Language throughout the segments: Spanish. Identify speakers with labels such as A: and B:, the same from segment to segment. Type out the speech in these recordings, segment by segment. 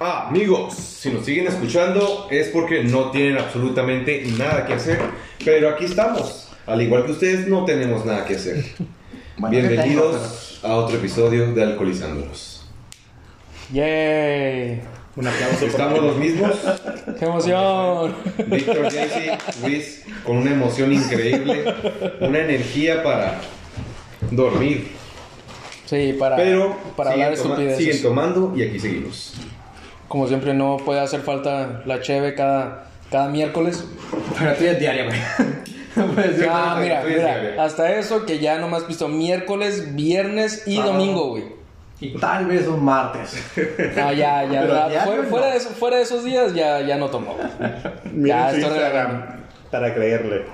A: Amigos, si nos siguen escuchando es porque no tienen absolutamente nada que hacer, pero aquí estamos. Al igual que ustedes, no tenemos nada que hacer.
B: Bueno,
A: Bienvenidos a otro episodio de Alcoholizándonos.
C: ¡Yay!
D: Un aplauso
A: Estamos los mismos,
C: ¡Qué emoción!
A: Víctor, Jaycee, Luis, con una emoción increíble, una energía para dormir.
C: Sí, para,
A: Pero
C: para
A: siguen
C: hablar
A: toma-
C: estupideces.
A: siguen tomando y aquí seguimos.
C: Como siempre, no puede hacer falta la cheve cada, cada miércoles.
B: Pero tú ya es diaria, güey. No puedes decir-
C: Ah,
A: sí,
C: mira,
A: sí, sí, sí.
C: mira, hasta eso que ya nomás visto miércoles, viernes y
B: Sábado.
C: domingo, güey.
B: Y tal vez un martes.
C: Ah, ya, ya,
B: Pero
C: ya,
B: diario
C: fuera,
B: no.
C: fuera de eso- fuera de esos días ya, ya no tomó. güey.
D: Miren
C: Ya,
D: su
C: esto era-
D: Instagram para creerle.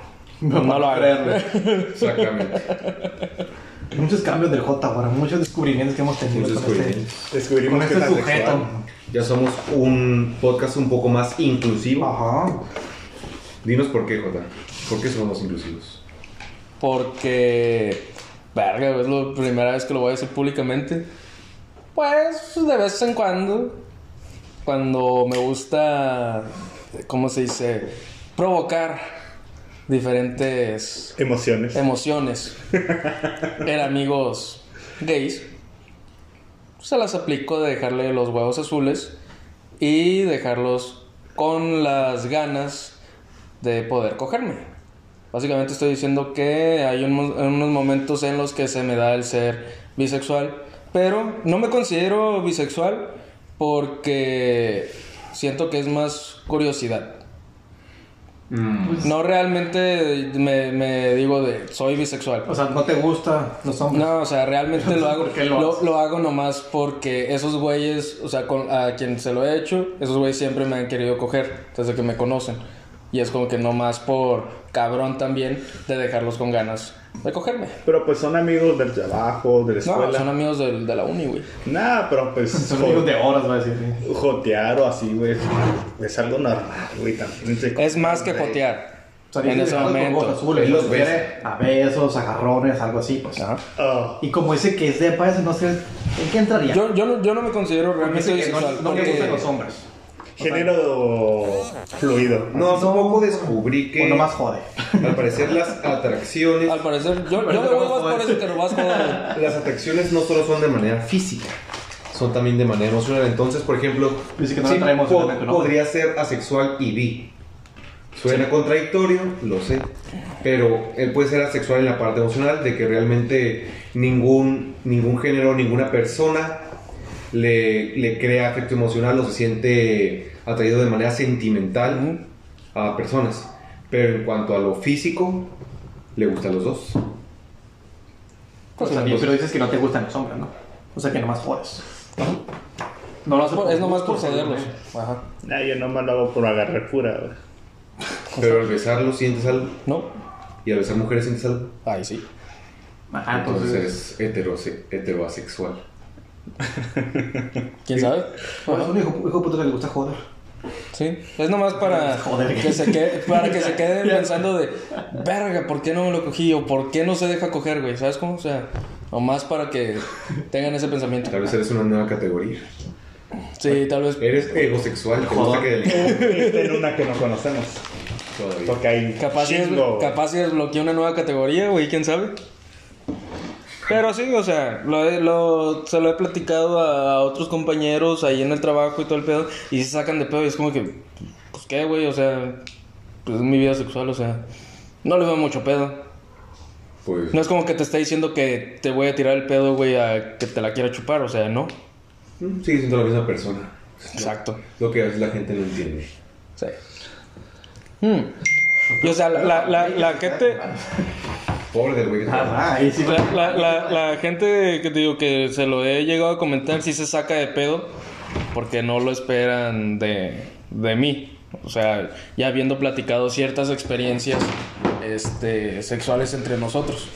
B: No,
C: No
B: puedo
C: lo hagas.
B: creerlo.
A: Exactamente.
B: Muchos cambios del J, güey. Muchos descubrimientos que hemos tenido
A: Muchos
B: con este,
A: descubrimientos.
B: con
D: Descubrimos que
B: este
D: es
B: sujeto.
D: asexual.
A: Ya somos un podcast un poco más inclusivo.
B: Ajá.
A: Dinos por qué, Jota. ¿Por qué somos inclusivos?
C: Porque, verga, es la primera vez que lo voy a decir públicamente. Pues de vez en cuando, cuando me gusta, ¿cómo se dice? Provocar diferentes
D: Emociones.
C: Em. emociones en amigos gays, se las aplico de dejarle los huevos azules y dejarlos con las ganas de poder cogerme. Básicamente estoy diciendo que hay un mo- unos momentos en los que se me da el ser bisexual, pero no me considero bisexual porque siento que es más curiosidad. No realmente me, me digo de soy bisexual.
B: O sea, no te gusta los hombres.
C: No, o sea, realmente lo hago,
B: ¿Por qué lo
C: lo,
B: haces?
C: lo hago nomás porque esos güeyes, o sea, con, a quien se lo he hecho, esos güeyes siempre me han querido coger desde que me conocen. Y es como que nomás por cabrón también de dejarlos con ganas de cogerme.
D: Pero pues son amigos del trabajo, de la
C: No,
D: escuela.
C: son amigos del- de la uni, güey.
D: Nada, pero pues
B: Son
D: jo-
B: amigos de horas, va a decir. sí.
D: jotear o así, güey. Es algo normal, güey. También se-
C: Es más que jotear.
B: O sea,
C: en
B: dice,
C: ese
B: "Ah, los ojos
C: momento.
B: azules,
A: Él los
B: los quiere a besos, agarrones, algo así, pues.
C: Ajá.
D: Ah,
B: Y como dice que es de país, no sé, ¿en qué entraría?
C: Yo, yo, no, yo no me considero
B: Porque
C: realmente
B: dice que no,
C: bisexual.
B: no le
C: porque-
B: gustan los hombres.
D: género fluido.
A: No, hace poco descubrí
B: O
A: que
B: nomás jode.
A: al parecer las atracciones,
C: Al parecer, yo, yo
B: Pero
C: me
B: no
C: voy más
B: joder.
C: por eso que lo vas joder.
A: las atracciones no solo son de manera física, son también de manera emocional. Entonces, por ejemplo,
B: Dice Pues que no la traemos
A: po-
B: solamente, ¿no?
A: podría ser asexual y bi. Suena contradictorio, lo sé, pero él puede ser asexual en la parte emocional de que realmente ningún ningún género, ninguna persona le, le crea afecto emocional o se siente atraído de manera sentimental.
C: Ujú.
A: a personas. Pero en cuanto a lo físico, le gustan los dos.
C: Pues,
B: O sea, bien, Pues pero dices que no te gustan los hombres, ¿no? O sea, que nomás jodes. No lo hace por
C: Es nomás por
B: gusto,
C: joderlos.
B: güey.
C: Ajá.
D: Nah, yo nomás lo hago por agarrar cura, güey.
A: Pero al besarlo sientes algo.
C: ¿No?
A: Y al besar mujeres sientes algo.
C: Ahí sí.
B: Ajá,
A: Ah, Entonces
B: Ah, entonces.
A: eres heterose- heteroasexual.
C: ¿Quién sabe?
B: Por eso un hijo, hijo puto que le gusta joder.
C: Sí, es nomás para,
B: Joder.
C: que, se quede, para que se queden pensando de, verga, ¿por qué no me lo cogí? ¿O por qué no se deja coger, güey? ¿Sabes cómo? O sea, nomás para que tengan ese pensamiento.
A: Tal vez eres una nueva categoría.
C: Sí, tal vez.
A: Eres egosexual. Te gusta que delinquen.
D: Esta en una que no conocemos.
A: Todavía.
D: Porque hay
C: Capaz, y es,
D: chingo.
C: capaz y desbloquea una nueva categoría, güey, quién sabe. Pero sí, o sea, lo, he- lo- se lo he platicado a, a otros compañeros ahí en el trabajo y todo el pedo. Y se sacan de pedo y es como que, pues qué, güey, o sea, pues es mi vida sexual, o sea, no le veo mucho pedo.
A: Pues,
C: No es como que te está diciendo que te voy a tirar el pedo, güey, a que te la quiera chupar, o sea, ¿no?
A: mm, sigue siendo la misma persona.
C: Exacto.
A: Lo que a veces la gente no entiende.
C: Sí. Mm. Y o sea, la, la, la, la gente.
A: Pobre del güey que te
B: Ah, ahí sí.
C: La, la- la- la gente que te digo que se lo he llegado a comentar sí se saca de pedo porque no lo esperan de, de mí. O sea, ya habiendo platicado ciertas experiencias este, sexuales entre nosotros.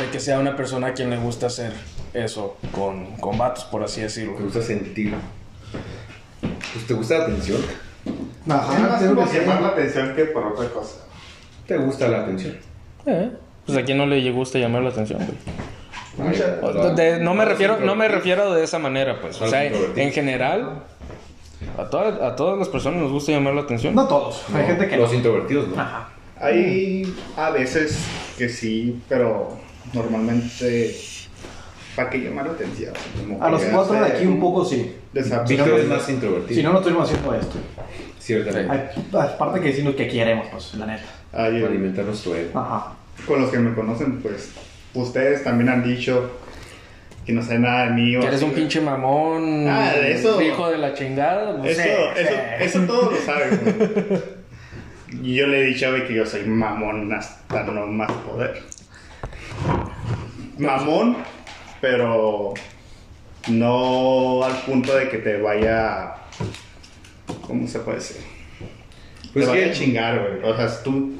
C: De que sea una persona a quien le gusta hacer eso con, con vatos, por así decirlo.
A: te gusta sentir. Pues te gusta la atención.
E: Es
B: Ajá,
E: más
B: creo
E: como
B: que sí.
E: llamar la atención que por otra cosa.
A: Te gusta la atención.
C: Eh, Pues a quien no le gusta llamar la atención, güey.
E: Mucha-
C: O- de- no me refiero, no me refiero de esa manera, pues. O sea, en general, A, toda- a todas las personas nos gusta llamar la atención.
B: No todos, hay gente que no.
A: Los introvertidos, ¿no?
B: Ajá.
D: Hay
B: Mm.
D: a veces que sí, pero normalmente. ¿Para qué llamar la atención? Como
B: A los
D: que
B: cuatro de
D: hacer
B: aquí un poco sí.
D: desapego.
A: Víctor es más introvertido.
B: Si no, no estuviéramos haciendo esto.
A: Ciertamente.
B: Hay, hay parte que decimos que queremos, pues, la neta.
D: Ay,
A: Para alimentar nuestro ego.
B: Ajá.
D: con los que me conocen, pues ustedes también han dicho que no sé nada de mí. o
C: Que eres
D: así,
C: un
D: güey.
C: pinche mamón.
D: Ah, de eso.
C: Hijo de la chingada. pues,
D: Eso,
B: Sí,
D: eso,
B: sí.
D: eso todos lo saben. güey. Y yo le he dicho a Abby que yo soy mamón hasta no más poder. Mamón, pero no al punto de que te vaya. ¿Cómo se puede decir?
A: Pues
D: te vaya
A: que-
D: a chingar, güey. O sea, tú.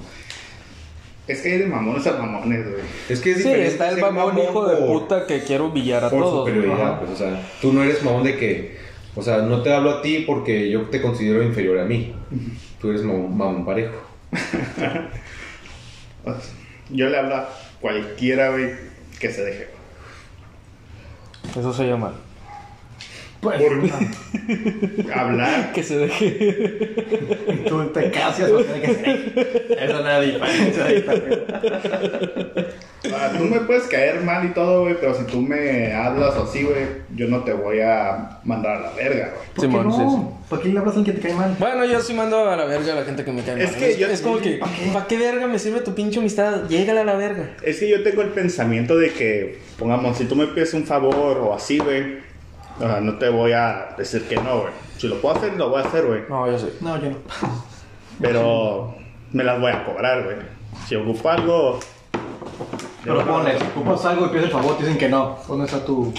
D: Es que hay de mamones a mamones, güey.
A: Es que es
C: Sí,
A: diferente
C: está el
A: ser
C: mamón hijo de
A: por-
C: puta que quiero humillar a
A: por
C: todos.
A: superioridad,
C: Ajá.
A: pues, o sea, tú no eres mamón de que, o sea, no te hablo a ti porque yo te considero inferior a mí. Tú eres mamón, mamón parejo.
D: O sea, Yo le hablo a cualquiera, güey, que se deje. güey.
C: Eso se llama.
B: Pues,
D: Por hablar.
C: Que se deje.
B: tú te casas, no tiene que ser. Esa es la diferencia.
D: O sea, tú me puedes caer mal y todo, güey, pero si tú me hablas así, güey, yo no te voy a mandar a la verga, güey.
B: ¿Por qué
C: Simón, sí, sí.
B: no? ¿Por qué le hablas a alguien que te cae mal?
C: Bueno, yo sí mando a la verga a la gente que me cae
D: Es
C: mal.
D: que
C: es,
D: yo-
C: es como que, ¿para qué verga me sirve tu pinche amistad? Llégala a la verga.
D: Es que yo tengo el pensamiento de que, pongamos, si tú me pides un favor o así, güey, o sea, no te voy a decir que no, güey. Si lo puedo hacer, lo voy a hacer, güey.
C: No, yo sí.
B: No, yo no.
D: Pero me las voy a cobrar, güey. Si ocupo algo...
B: Pero pones, ocupas algo y pides el favor, te dicen que no. ¿Dónde está tu,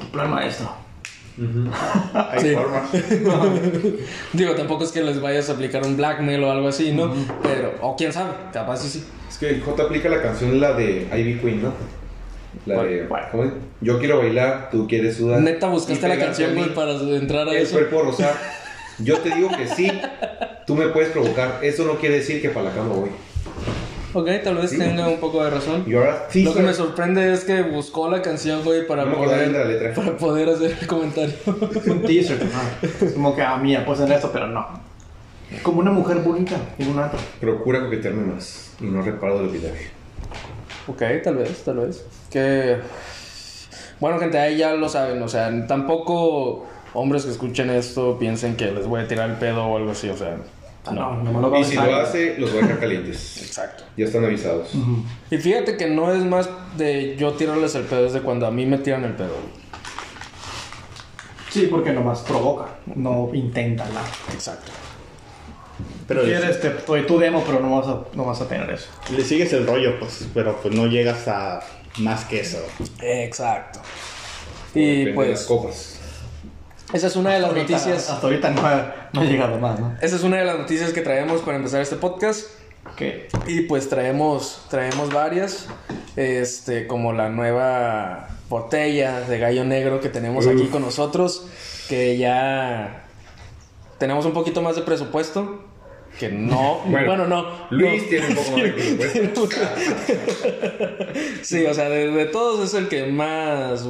B: tu plan maestro?
D: Hay
C: Sí.
D: formas.
C: Digo, tampoco es que les vayas a aplicar un blackmail o algo así, ¿no? Pero, o quién sabe, capaz sí, sí.
A: Es que el J aplica la canción, la de Ivy Queen, ¿no? La
B: ¿Cuál?
A: de,
B: ¿Cuál?
A: ¿cómo es? Yo quiero bailar, tú quieres sudar.
C: Neta,
A: Y
C: buscaste la
A: pegarte a
C: canción,
A: mí,
C: güey, para entrar a
A: El
C: eso.
A: cuerpo rosado. Yo te digo que sí, tú me puedes provocar. Eso no quiere decir que para la cama voy.
C: Ok, tal vez
A: Sí.
C: tenga un poco de razón.
A: Y ahora sí,
C: Lo que me
A: soy-
C: sorprende es que buscó la canción, güey, para,
A: No me acordaba
C: poder,
A: bien de la letra.
C: para poder hacer el comentario.
B: Es un teaser, ¿no? Es como que, ah, mía, pues en esto, pero no. Como una mujer bonita en un antro.
A: Procura coquetearme más y no reparo de olvidar.
C: ok, tal vez, tal vez. Que. Bueno, gente, ahí ya lo saben. O sea, tampoco hombres que escuchen esto piensen que les voy a tirar el pedo o algo así. O sea,
B: Ah,
C: no.
B: no, nomás lo
A: Y
B: vamos
A: si
B: a
A: lo hace, los voy a dejar calientes.
C: Exacto.
A: Ya están avisados.
B: Ujú.
C: Y fíjate que no es más de yo tirarles el pedo, es de cuando a mí me tiran el pedo. güey.
B: Sí, porque nomás provoca, no intenta la.
C: Exacto.
D: Pero
B: Quieres, te doy tu demo, pero no vas a, no vas a tener eso.
D: Le sigues el rollo, pues, pero pues no llegas a más que eso.
C: Exacto.
A: Depende
C: Y
A: de las
C: pues,
A: copas.
C: esa es una de las
B: Ahorita-
C: noticias.
B: Hasta ahorita no ha, no ha llegado más, ¿no?
C: Esa es una de las noticias que traemos para empezar este podcast.
B: Que
C: Y pues traemos, traemos varias. Este, como la nueva botella de gallo negro que tenemos aquí
A: Uf.
C: con nosotros. Que ya tenemos un poquito más de presupuesto. Que no. bueno,
A: Bueno,
C: no.
A: Luis
C: no.
A: tiene un poco más de presupuesto.
C: Sí, o sea, de, de todos es el que más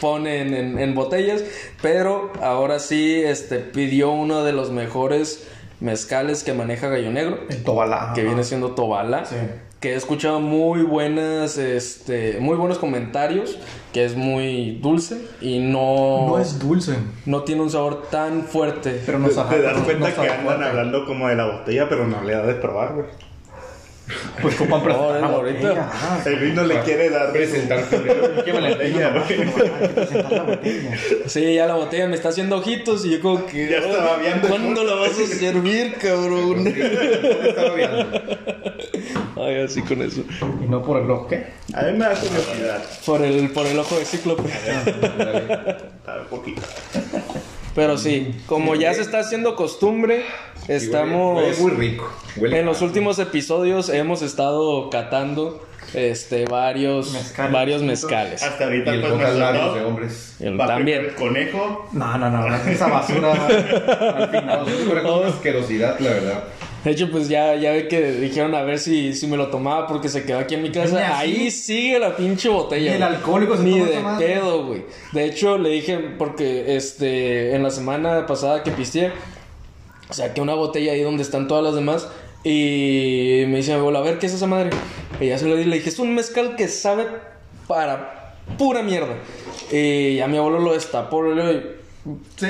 C: ponen en, en botellas, pero ahora sí este, pidió uno de los mejores mezcales que maneja Gallo Negro,
B: el Tobalá.
C: que viene siendo Tobala,
B: Sí.
C: que he escuchado muy buenas, este, muy buenos comentarios, que es muy dulce y no,
B: No es dulce.
C: no tiene un sabor tan fuerte.
B: Pero no
D: Te,
B: sabe-
D: te das
B: no
D: cuenta
B: sabe
D: que andan
B: fuerte.
D: hablando como de la botella, pero no le da de probar, güey.
B: Pues copan
C: Ahora,
B: presentar la
C: ahorita.
B: botella. ajá.
D: El vino le quiere dar
A: Presentar primero.
B: ¿Qué me la
D: Botella,
B: nomás,
D: güey.
B: nomás, hay que presentar la botella.
C: Sí, ya la botella me está haciendo ojitos y yo como que...
D: Ya estaba viendo.
C: ¿Cuándo la vas a servir, cabrón?
A: Estaba viendo.
C: Ay, así con eso.
B: Y no por el bloque.
D: A mí me da curiosidad.
C: Por el, por el ojo de cíclope.
D: Sabe poquito.
C: Pero sí, como ya se está haciendo costumbre,
A: Y huele-
C: estamos...
A: huele muy rico. Huele
C: En los últimos episodios hemos estado catando este, varios,
B: Mezcales.
C: varios mezcales.
D: Hasta
A: Y
D: ahorita
A: el
D: pues me
A: boca largo de
D: sobró.
A: hombres.
C: El-
D: Paprika
C: también.
D: El conejo.
B: No, no, no, esa basura al final.
A: Pero es una asquerosidad, la verdad.
C: De hecho, pues ya, ya ve que dijeron a ver si, si me lo tomaba porque se quedó aquí en mi casa.
B: Ni así.
C: Ahí sigue la pinche botella.
B: Ni el
C: güey.
B: alcohólico se
C: Ni
B: toma
C: de
B: esa madre.
C: pedo, güey. De hecho, le dije, porque este, en la semana pasada que pisteé, saqué una botella ahí donde están todas las demás. Y me dice mi abuelo, a ver, ¿qué es esa madre? Y ya se lo di, le dije, es un mezcal que sabe para pura mierda. Y ya mi abuelo lo destapó, le
B: Sí.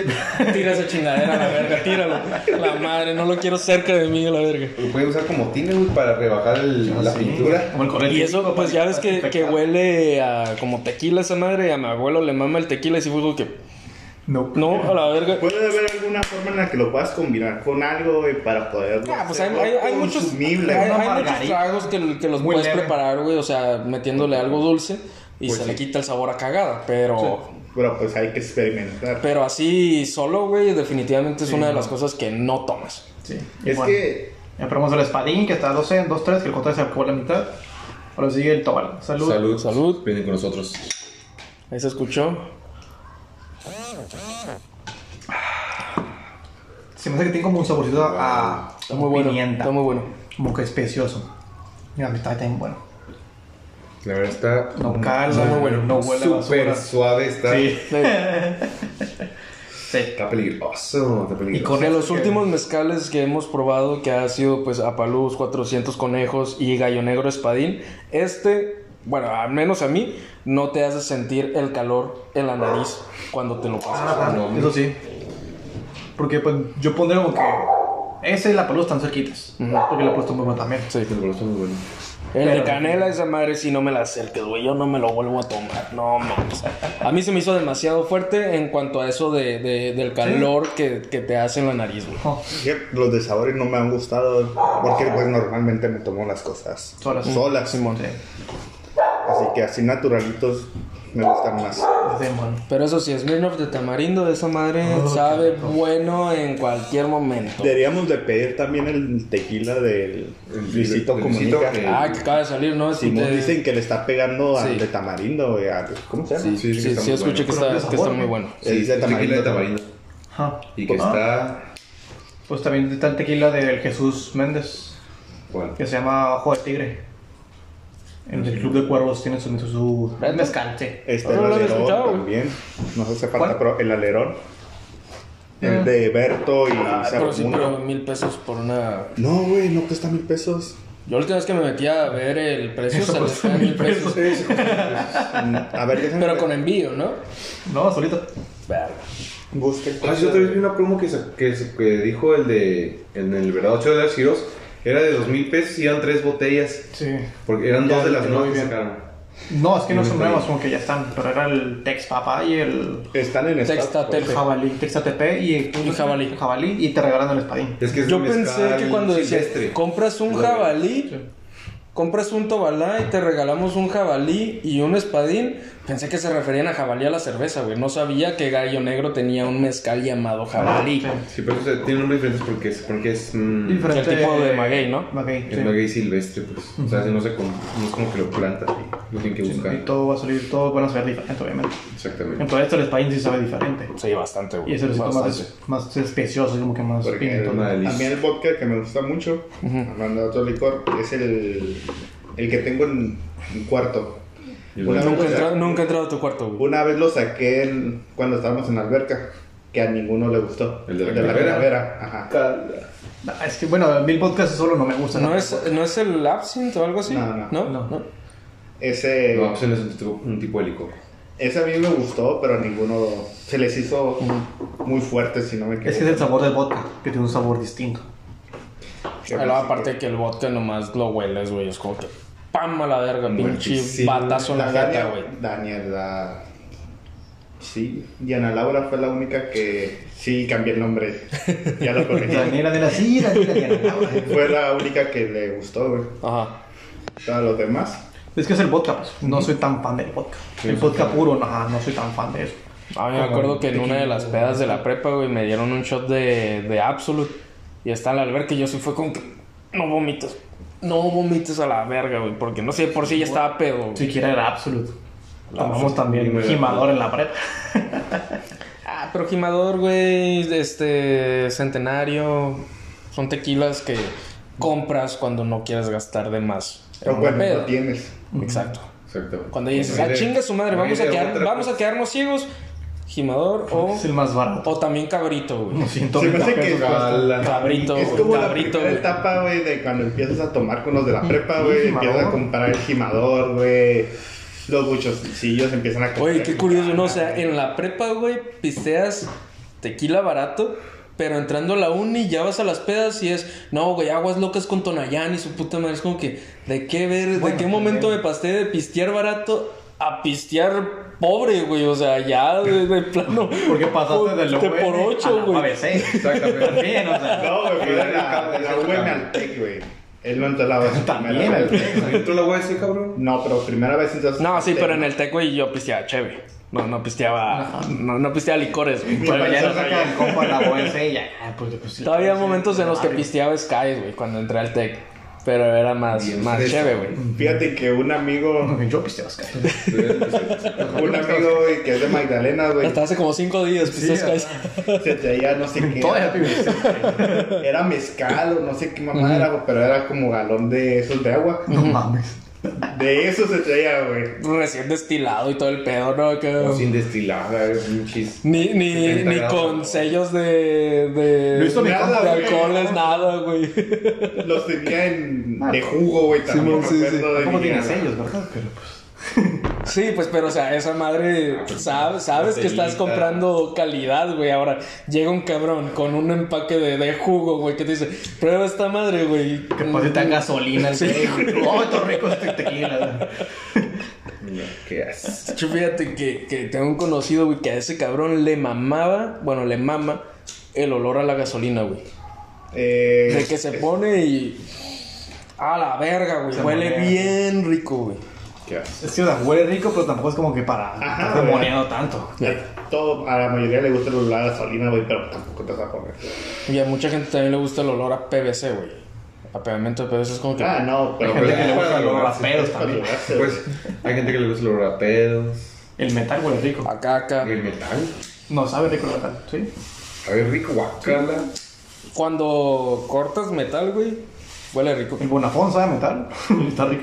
C: Tira esa chingadera a la verga, tíralo. La madre, no lo quiero cerca de mí a la verga.
A: Lo puede usar como tiene, güey, para rebajar el-
C: Ah,
A: la pintura.
B: Como el correo
C: Y eso,
B: típico
C: pues
B: para-
C: ya ves
B: para
C: que, que
B: desinfectar.
C: huele a como tequila esa madre. Y a mi abuelo le mama el tequila y si fue como que.
B: No.
C: No, a la verga.
B: Pues,
D: Puede haber alguna forma en la que lo puedas combinar con algo, güey, para poderlo
C: Ah, pues hay,
D: hacer
C: hay- hay muchos, hay,
D: consumible.
B: Una
C: hay muchos
B: margarita.
C: tragos que, que los
B: Muy
C: puedes
B: leve. Pues
C: preparar, güey. O sea, metiéndole algo dulce y
A: Pues
C: se
A: sí.
C: le quita el sabor a cagada. Pero,
D: Pero pues hay que experimentar.
C: pero así solo, güey, definitivamente es una de las cosas que no tomas.
B: Sí. Y
D: es
B: bueno,
D: que
B: Ya probamos el espadín, que está a 12, 2, 3, que el control se acabó la mitad. Ahora sigue el tobal. Salud.
C: Salud.
A: Vienen con nosotros.
C: Ahí se escuchó.
B: Se me hace que tiene como un saborcito a
C: Está muy bueno.
B: pimienta.
C: Está muy bueno.
B: Como que especioso. Y la mitad está bien bueno.
A: La verdad está
B: No calma,
C: muy bueno.
B: no huele a
A: súper
B: basura.
A: suave, está,
B: Sí.
A: está peligroso. Está peligroso.
B: Y con
C: De
B: eso
C: los
B: que-
C: últimos mezcales que hemos probado, que ha sido pues Apaluz, 400 Conejos y Gallo Negro Espadín, este, bueno, al menos a mí, no te hace sentir el calor en la nariz cuando te lo pasas.
B: Ah,
A: No,
B: eso sí. Porque pues yo pondré como que. Ese y la palusa están cerquitas.
C: Ujú.
B: Porque la palusa está muy buena también.
C: Sí.
A: Peligroso, muy bueno.
C: El de
B: Pero-
C: canela, esa madre, si no me la acerques, güey. Yo no me lo vuelvo a tomar. No mames. A mí se me hizo demasiado fuerte en cuanto a eso de, de- del calor que, que te hace en la nariz, güey.
B: Oh,
D: fíjate, los de sabores no me han gustado porque pues normalmente me tomo las cosas
B: Solas.
D: solas.
B: Simón. Sí.
D: Así que así naturalitos me gustan más.
B: Simón.
C: Pero eso sí, Smirnoff de tamarindo, esa madre
B: Oh,
C: sabe
B: qué rico.
C: bueno en cualquier momento.
D: Deberíamos Ah, de pedir también el tequila del
A: El-
D: Luisito
A: del Luisito
D: Comunica.
A: que-
C: Ah, que acaba de salir, ¿no? Este-
D: Simón dicen que le está pegando al
C: Sí.
D: de tamarindo, güey, al- ¿cómo se llama?
C: Sí,
A: Sí,
C: sí,
A: que
C: sí,
A: está muy
C: escuché
A: bueno.
C: que
B: Pero
C: está,
B: tiene
C: que está
B: sabor,
C: muy
B: ¿no?
C: bueno.
D: El de
A: tequila
D: tamarindo.
A: de tamarindo.
B: Ah.
A: Y que está.
B: Pues también está el tequila del Jesús Méndez,
A: Bueno,
B: que se llama Ojo de Tigre. En el Club de Cuervos tiene su, su, su
C: ¿Neta?
B: mezcal, sí.
D: Este,
C: No
D: el
C: lo había
D: alerón
C: escuchado, güey.
D: también. Nos hace
B: ¿Cuál?
D: falta, pero el alerón.
B: Ah.
D: El de Berto y
C: ah, pero sí,
D: Saromundo.
C: pero mil pesos por una.
D: No, güey, no cuesta mil pesos.
C: Yo la última vez que me metí a ver el precio,
B: Eso
C: se les
B: cuesta
C: fue mil
B: mil
C: pesos.
B: pesos.
A: Ah,
D: Mm, A ver, déjame.
C: Pero con envío, ¿no?
B: No, solito.
C: Verga.
D: Busca el
A: Ah,
D: precio.
A: yo otra vez vi una promo que, sa- que, sa- que dijo el de. En el verdadero show de los giros. Era de dos mil pesos y eran tres botellas.
B: Sí.
A: Porque eran
B: Ya,
A: dos de las
B: ya lo
A: nuevas
B: vi
A: que
B: bien.
A: sacaron.
B: No, es que no
A: Sí,
B: son
A: está
B: nuevos,
A: bien.
B: como que ya están. Pero era el Tex Papá y el
D: Están en stock,
C: Textatel.
D: güey.
B: Jabalí, Tex ATP y,
C: Y jabalí.
B: Jabalí y te regalan el espadín.
A: Es que es
C: Yo
A: un
C: pensé
A: mezcal
C: que cuando decía,
A: silvestre.
C: compras un
A: Lo veo.
C: jabalí, compras un tobalá y te regalamos un jabalí y un espadín, pensé que se referían a jabalí a la cerveza, güey. No sabía que Gallo Negro tenía un mezcal llamado jabalí.
A: Sí, pero eso tiene nombres diferentes porque es. Porque es mm,
B: Diferente-
C: El tipo de maguey, ¿no?
B: Maguey,
A: Es
B: sí.
A: maguey silvestre, pues. O sea, no, se con- no es como que lo planta, lo tienen que
B: Sí,
A: buscar.
B: Y todo va a salir, todo van a saber diferente, obviamente.
A: Exactamente.
B: Entonces, esto el espadín sí sabe diferente.
C: Sí, bastante, güey.
B: Y ese es
C: Bastante.
B: más, más especioso, como que más
D: Porque
B: pimiento.
A: una delicia.
D: a mí el vodka que me gusta mucho, hablando de otro licor, es el, el que tengo en mi cuarto.
A: Y
D: Una
A: luego-
C: Nunca he
D: cosa-
C: entrado, nunca he entrado a tu cuarto, güey.
D: Una vez lo saqué en- cuando estábamos en la alberca, que a ninguno le gustó.
A: El de la calavera.
D: calavera. Ajá.
B: Ah, Es que, bueno, mil podcasts solo no me gustan.
C: ¿No es, ¿No es el absinthe o algo así?
D: No, no.
C: ¿No?
B: No.
C: ¿No?
D: Ese,
A: No, pues, es un tipo, un tipo de licor.
D: ese a mí me gustó, pero a ninguno se les hizo muy fuerte, si no me equivoco.
B: Es que es el sabor del vodka, que tiene un sabor distinto.
C: Pero
D: Yo pensé
C: aparte que el vodka nomás lo hueles, güey. Es como que ¡pam! a la verga, pinche
A: Muertísimo.
C: batazo en la jeta,
D: Daniela,
C: güey.
D: Daniela. Sí, y Ana Laura fue la única que sí cambié el nombre. Ya lo corregí.
B: Daniela, Daniela, sí, Daniela, Daniela.
D: fue la única que le gustó, güey.
C: Ajá.
D: Todos los demás.
B: Es que es el vodka, pues. No soy tan fan del vodka. El vodka puro, no, ajá, no soy tan fan de eso.
C: A mí me acuerdo que en una de las pedas de la prepa, güey, me dieron un shot de, de Absolute. Y está en la alberca y yo sí fue como que no vomites. No vomites a la verga, güey. Porque no sé, por si ya estaba pedo. güey.
B: Siquiera era Absolute. Tomamos
A: Dime
B: también
A: la
B: gimador en la prepa.
C: Ah, pero Gimador, güey, este, Centenario, Son tequilas que compras cuando no quieres gastar de más. en
E: O
C: una
E: cuando
C: peda.
E: no tienes.
C: Exacto.
A: Exacto.
C: Cuando dices,
A: No hay
C: ah,
A: de-
C: chinga su madre,
A: no hay
C: vamos a,
A: de
C: quedar-
A: otra,
C: vamos a
A: pues.
C: quedarnos ciegos. Jimador o,
B: Es el más barato.
C: o también cabrito, güey.
B: Unos
D: Se me
B: 120
D: hace que
B: pesos cuesta.
A: Cala.
C: Cabrito,
D: Es
C: güey,
D: como la
C: cabrito,
D: primera
C: güey.
D: etapa, güey, de cuando empiezas a tomar con los de la
C: Mm,
D: prepa,
B: sí,
D: güey.
B: jimador.
D: Empiezas a comprar el jimador, güey. Los buchoncillos empiezan a comprar.
C: Oye, qué curioso, ¿no? O sea, en la prepa, güey, pisteas tequila barato, pero entrando a la uni ya vas a las pedas y es, no, güey, aguas locas con Tonayán y su puta madre. Es como que, ¿de qué ver, de
B: Bueno,
C: qué momento
B: también.
C: me pasé de pistear barato a pistear pobre, güey? O sea, ya de, de plano.
B: Porque pasaste de lo
C: te por
B: bueno a la
C: ocho, güey.
B: ABC.
A: Exactamente.
B: También, o sea.
D: No, güey, fue de la, de la UEM al TEC, güey. Él no entró a la base.
B: También al Tec.
A: ¿Tú la voy a decir, cabrón?
D: No, pero primera vez este, entraste
C: No,
D: al
C: sí,
D: Tec,
C: pero en el tec, güey, yo pisteaba chévere. No, no pisteaba, no, no pisteaba licores, güey.
D: Mi
C: Todavía
D: payaso
C: no-
D: saca
B: el compa de la OS y ya. ah, pues, pues, sí,
C: Todavía
B: sí,
C: hay momentos
B: sí,
C: en los que
B: madre.
C: pisteaba Sky, güey, cuando entré al tech. Pero era más,
A: Bien
C: más
A: fresco.
C: chévere, güey.
D: Fíjate que un amigo,
B: Yo pisteaba Sky.
D: un amigo, güey, que es de Magdalena, güey,
C: Hasta hace como cinco días pisteé
B: o
C: Sky.
D: se traía no sé qué.
B: Todavía pisteaba
D: Era mezcal o no sé qué mamá era, güey, pero era como galón de esos de agua.
B: No mames.
D: De eso se traía, güey.
C: Recién destilado y todo el pedo, ¿no? Que-
A: O sin destilada, es un chis.
C: Ni, ni,
A: 70
C: ni
A: grados.
C: con sellos de. de
B: Lo hizo mi
C: de
D: compa, güey.
C: alcoholes, nada, güey.
D: Los tenía en, de jugo, güey, también.
C: Ah. Sí, sí,
D: me acuerdo de
B: ¿Cómo
D: niño,
B: tiene
D: güey.
B: sellos, verdad? Pero pues.
C: Sí, pues, pero, o sea, esa madre. Sabes, sabes que estás
A: Proteína.
C: comprando calidad, güey. Ahora llega un cabrón con un empaque de, de jugo, güey, que te dice: prueba esta madre, güey.
B: Que pues tan gasolina.
C: Sí,
B: güey. Oh, esto es rico este tequila.
A: No, ¿Qué haces?
C: Yo fíjate que, que tengo un conocido, güey, que a ese cabrón le mamaba, bueno, le mama el olor a la gasolina, güey.
D: Eh,
C: De que se pone y. A la verga, güey.
B: Se
C: Huele
B: monea.
C: bien rico, güey.
A: ¿Qué haces?
B: Es que, o sea, huele rico, pero tampoco es como que para.
D: Ajá,
B: estar
D: güey.
B: moneado tanto.
D: a todo, a la mayoría le gusta el olor a gasolina, güey, pero tampoco te vas a poner.
C: Y a mucha gente también le gusta el olor a PVC, güey. A pegamento de PVC es como que.
D: Ah, no, pero.
A: No, pero
B: Gente que
A: es
B: le
A: para
B: gusta los
A: drogarse,
B: raperos
D: es para
B: también.
D: drogarse, güey.
A: Pues hay gente que le gusta los rapedos,
B: El metal huele rico.
C: A caca.
A: el metal.
B: No, sabe rico el metal, ¿sí?
A: A ver, rico, guacala.
C: Cuando cortas metal, güey, huele rico.
B: El Bonafón sabe a metal. Está rico.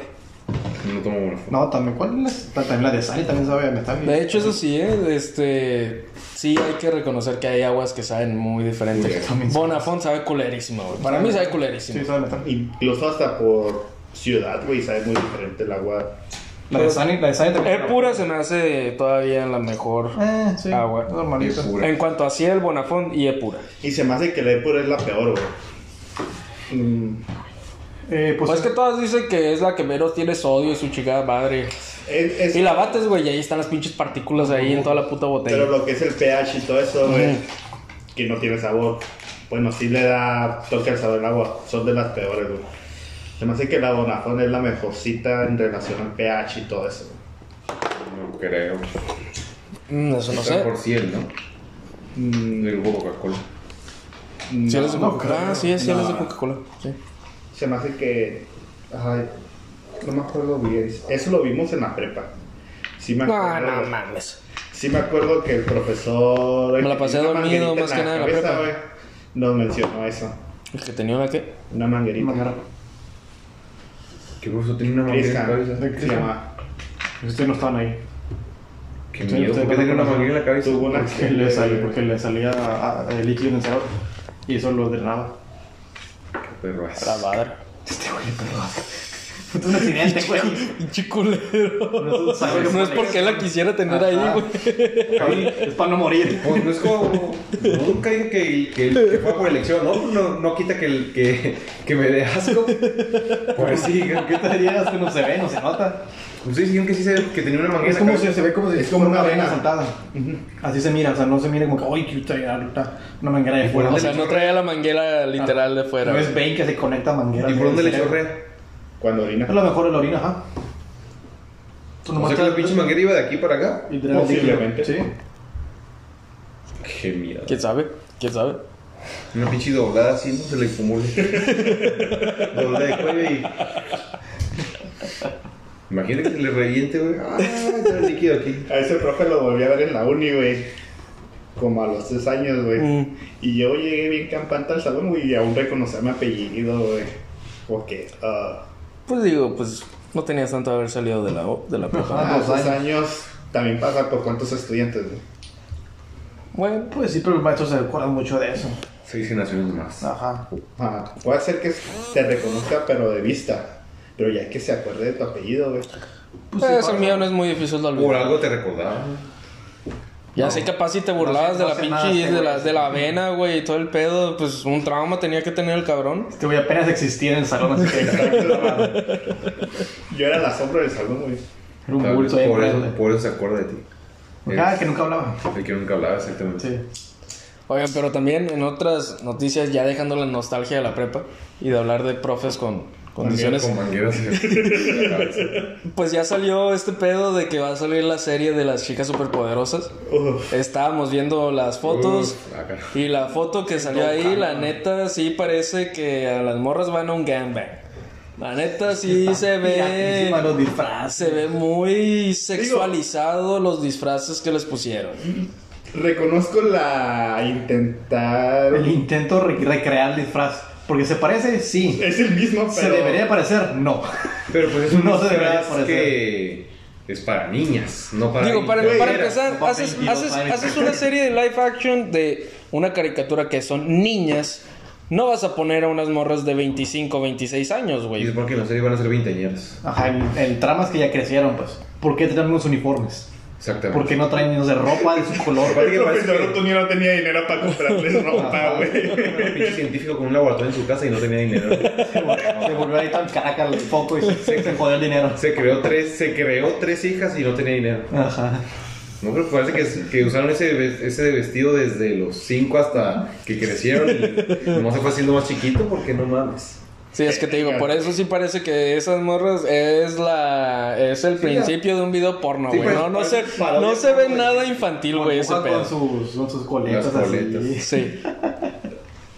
A: No tomo una foto.
B: No, también, ¿cuál es? Ta- También la de Sari también sabe a metal.
C: De hecho, eso sí, ¿eh? Este. Sí, hay que reconocer que hay aguas que saben muy
A: Muy
C: diferentes.
B: bien.
C: Bonafont sabe culerísimo, güey. Para mí sabe culerísimo.
B: Sí, sabe a metal.
D: Incluso hasta por ciudad, güey, sabe muy diferente el agua.
B: La de Sani, la de Sani también.
C: Pues, Es E pura, se me hace todavía la mejor.
B: Eh, sí.
C: Ah, güey.
B: Normalito.
A: Es pura.
C: En cuanto a Ciel, Bonafont y E Epura.
D: Y se me hace que la Epura es la peor, güey. Mm,
B: Eh,
C: Pues,
B: pues.
C: es que todas dicen que es la que menos tiene sodio y su chingada madre.
D: es- es-
C: Y la bates, güey, y ahí están las pinches partículas ahí en toda la puta
D: Pero
C: botella.
D: lo que es el pH y todo eso, güey,
C: Ujú.
D: que no tiene sabor. Bueno, sí le da toque al sabor al agua. Son de las peores, güey. Se me hace que la Bonafón es la mejorcita en relación al pH y todo eso. güey.
A: No creo.
C: Mm, eso no sé.
A: Por 100, ¿no?
D: Mm,
A: Del grupo Coca-Cola.
C: Ciel es de
B: no
C: Coca-Cola. Ah,
B: creo.
C: sí, es Ciel es de
D: No.
C: Coca-Cola. Sí.
D: se me hace que. Ay, no me acuerdo bien. Eso lo vimos en la prepa. Sí me acuerdo.
C: No, Ah, no mames.
D: Sí me acuerdo que el profesor...
C: Me la pasé
D: Una
C: dormido,
D: manguerita
C: más
D: en
C: que nada en la prepa.
D: güey, Nos mencionó eso.
C: ¿El que tenía una qué?
D: Una manguerita.
B: Manguera.
A: ¿Qué profesor tiene una manguera en la
D: Crisca,
A: cabeza?
B: de
D: se llama.
B: Ustedes no estaban ahí.
A: Qué
B: Estoy-
A: miedo.
B: estoy
A: ¿Por qué tiene una
B: pensando-
A: manguera en la cabeza?
D: Tuvo un
B: Porque le salía,
D: accidente.
B: porque le salía ah, el líquido en el cerebro. Y eso lo drenaba.
A: Perro así.
C: La madre.
B: Este güey, perdón. Es un accidente, güey.
C: Pinche culero.
B: No es- sabe
C: No es
B: poner
C: porque la quisiera tener
B: Ajá.
C: ahí, güey.
B: Cabrón, Es para no morir.
A: Pues no es como. Nunca dije que, que, que fue por elección, ¿no? No, no quita que, el- que, que me dé asco. Pues sí, creo que
B: ¿Qué te harías que no se ve, no se nota?
A: Ustedes dijeron que Pues sí se, que tenía una manguera.
B: Es
A: en la
B: como
A: cabeza.
B: si se ve como si
D: Es como
B: fuera
D: una vena.
B: saltada. Así se mira, o sea, no se mira como que, uy, que trae ahorita una manguera de fuera.
C: O sea, no traía la manguera literal de fuera.
B: no
C: güey.
B: es Bane que se conecta a manguera.
A: ¿Y por dónde le
B: chorrea?
A: chorrea?
D: Cuando
B: Es
D: orina.
B: lo mejor de la orina, ajá. Pues Tú
A: O sea que la pinche manguera iba de aquí para acá.
B: Y drena el líquido.
D: Posiblemente.
B: Sí.
A: Qué miedo.
C: ¿Quién sabe? ¿Quién sabe?
A: Una pinche doblada así, no se le acumula. Doblada de cuello y. Imagínate que se le reviente, güey. Ah, está el líquido aquí.
D: A ese profe lo volví a ver en la uni, güey. como a los tres años, güey.
C: Mm.
D: Y yo llegué bien campante al salón, güey, y aún reconocía mi apellido, güey. Porque, ah,
C: Pues digo, pues no tenías tanto de haber salido de la, de la prepa.
D: a
B: Ah,
D: los
B: dos
D: tres años también pasa por cuántos estudiantes, güey.
C: Bueno,
B: Pues sí, pero los maestros se acuerdan mucho de eso.
A: Seis generaciones más.
B: Ajá.
D: Ah, puede ser que te reconozca, pero de vista. Pero ya que se acuerde de tu apellido, güey.
B: Pues
C: pues,
B: sí,
C: el
B: pasa.
C: mío no es muy difícil de
A: Por
C: olvidar.
A: algo te recordaba.
C: Ya sé, capaz si te
B: no
C: burlabas de la
B: sé
C: pinche,
B: nada, sí,
C: de, la,
B: güey.
C: de la avena, güey, y todo el pedo, pues un trauma tenía que tener el cabrón.
B: Este güey apenas existía en el salón, así que era
D: Yo era la sombra del salón, güey.
B: un bulto ahí
A: por,
B: enfrente.
A: eso, por eso se acuerda de ti.
B: Ah,
A: Es
B: que nunca hablaba.
A: De que nunca hablaba, exactamente.
B: Sí.
C: Oigan, pero también en otras noticias, ya dejando la nostalgia de la prepa y de hablar de profes con condiciones.
A: Con mangueras en la cabeza.
C: Pues ya salió este pedo de que va a salir la serie de las chicas superpoderosas.
D: Uf,
C: Estábamos viendo las fotos.
A: Uf, ah, carajo.
C: Y la foto que salió ahí, la neta, sí parece que a las morras van a un gangbang. La neta, sí se
B: Encima
C: ve.
B: los disfraces.
C: Ah, Se ve muy sexualizado los disfraces que les pusieron.
D: reconozco la intentar.
B: El intento de re- recrear el disfraz. Porque se parece, sí.
D: Es el mismo, pero.
B: Se debería parecer, no.
A: Pero pues es un
B: No se debería
A: disfraz
B: parecer.
A: que es para niñas, no para
C: Digo, para,
A: niños.
C: para
D: Güey, era
C: empezar,
B: papá
C: haces,
B: 22
C: haces-
B: años.
C: haces una serie de live action de una caricatura que son niñas. No vas a poner a unas morras de 25, 26 años,
A: Y
C: güey.
A: es porque en la serie van a ser veinteañeras.
B: Ajá, el, el trama es que ya crecieron, pues. ¿Por qué traen unos uniformes?
A: Exactamente.
B: ¿Por qué no traen, no sé, ropa de su color?
A: Aparte que
D: Eso
A: parece
D: pensó,
A: que-
D: tú ni no tenía dinero para comprarles ropa, güey.
A: Era un pinche científico con un laboratorio en su casa y no tenía dinero.
B: Se volvió, se volvió ahí tan caraca el foco y se, se jodió el dinero.
A: Se creó tres, se creó tres hijas y no tenía dinero.
B: Ajá.
A: No, pero parece que, que usaron ese, ve- ese vestido desde los cinco hasta que crecieron y nomás se fue haciendo más chiquito porque no mames.
C: Sí, es que te digo, por eso sí parece que esas morras es la es el principio de un video porno,
A: Sí,
C: güey.
A: pues,
C: No, no se,
A: parece parodia,
C: no se ve
A: güey.
C: nada infantil, güey, ese
B: Juega
C: pedo.
B: Con sus, con sus coletas,
A: Las coletas.
B: así.
C: Sí.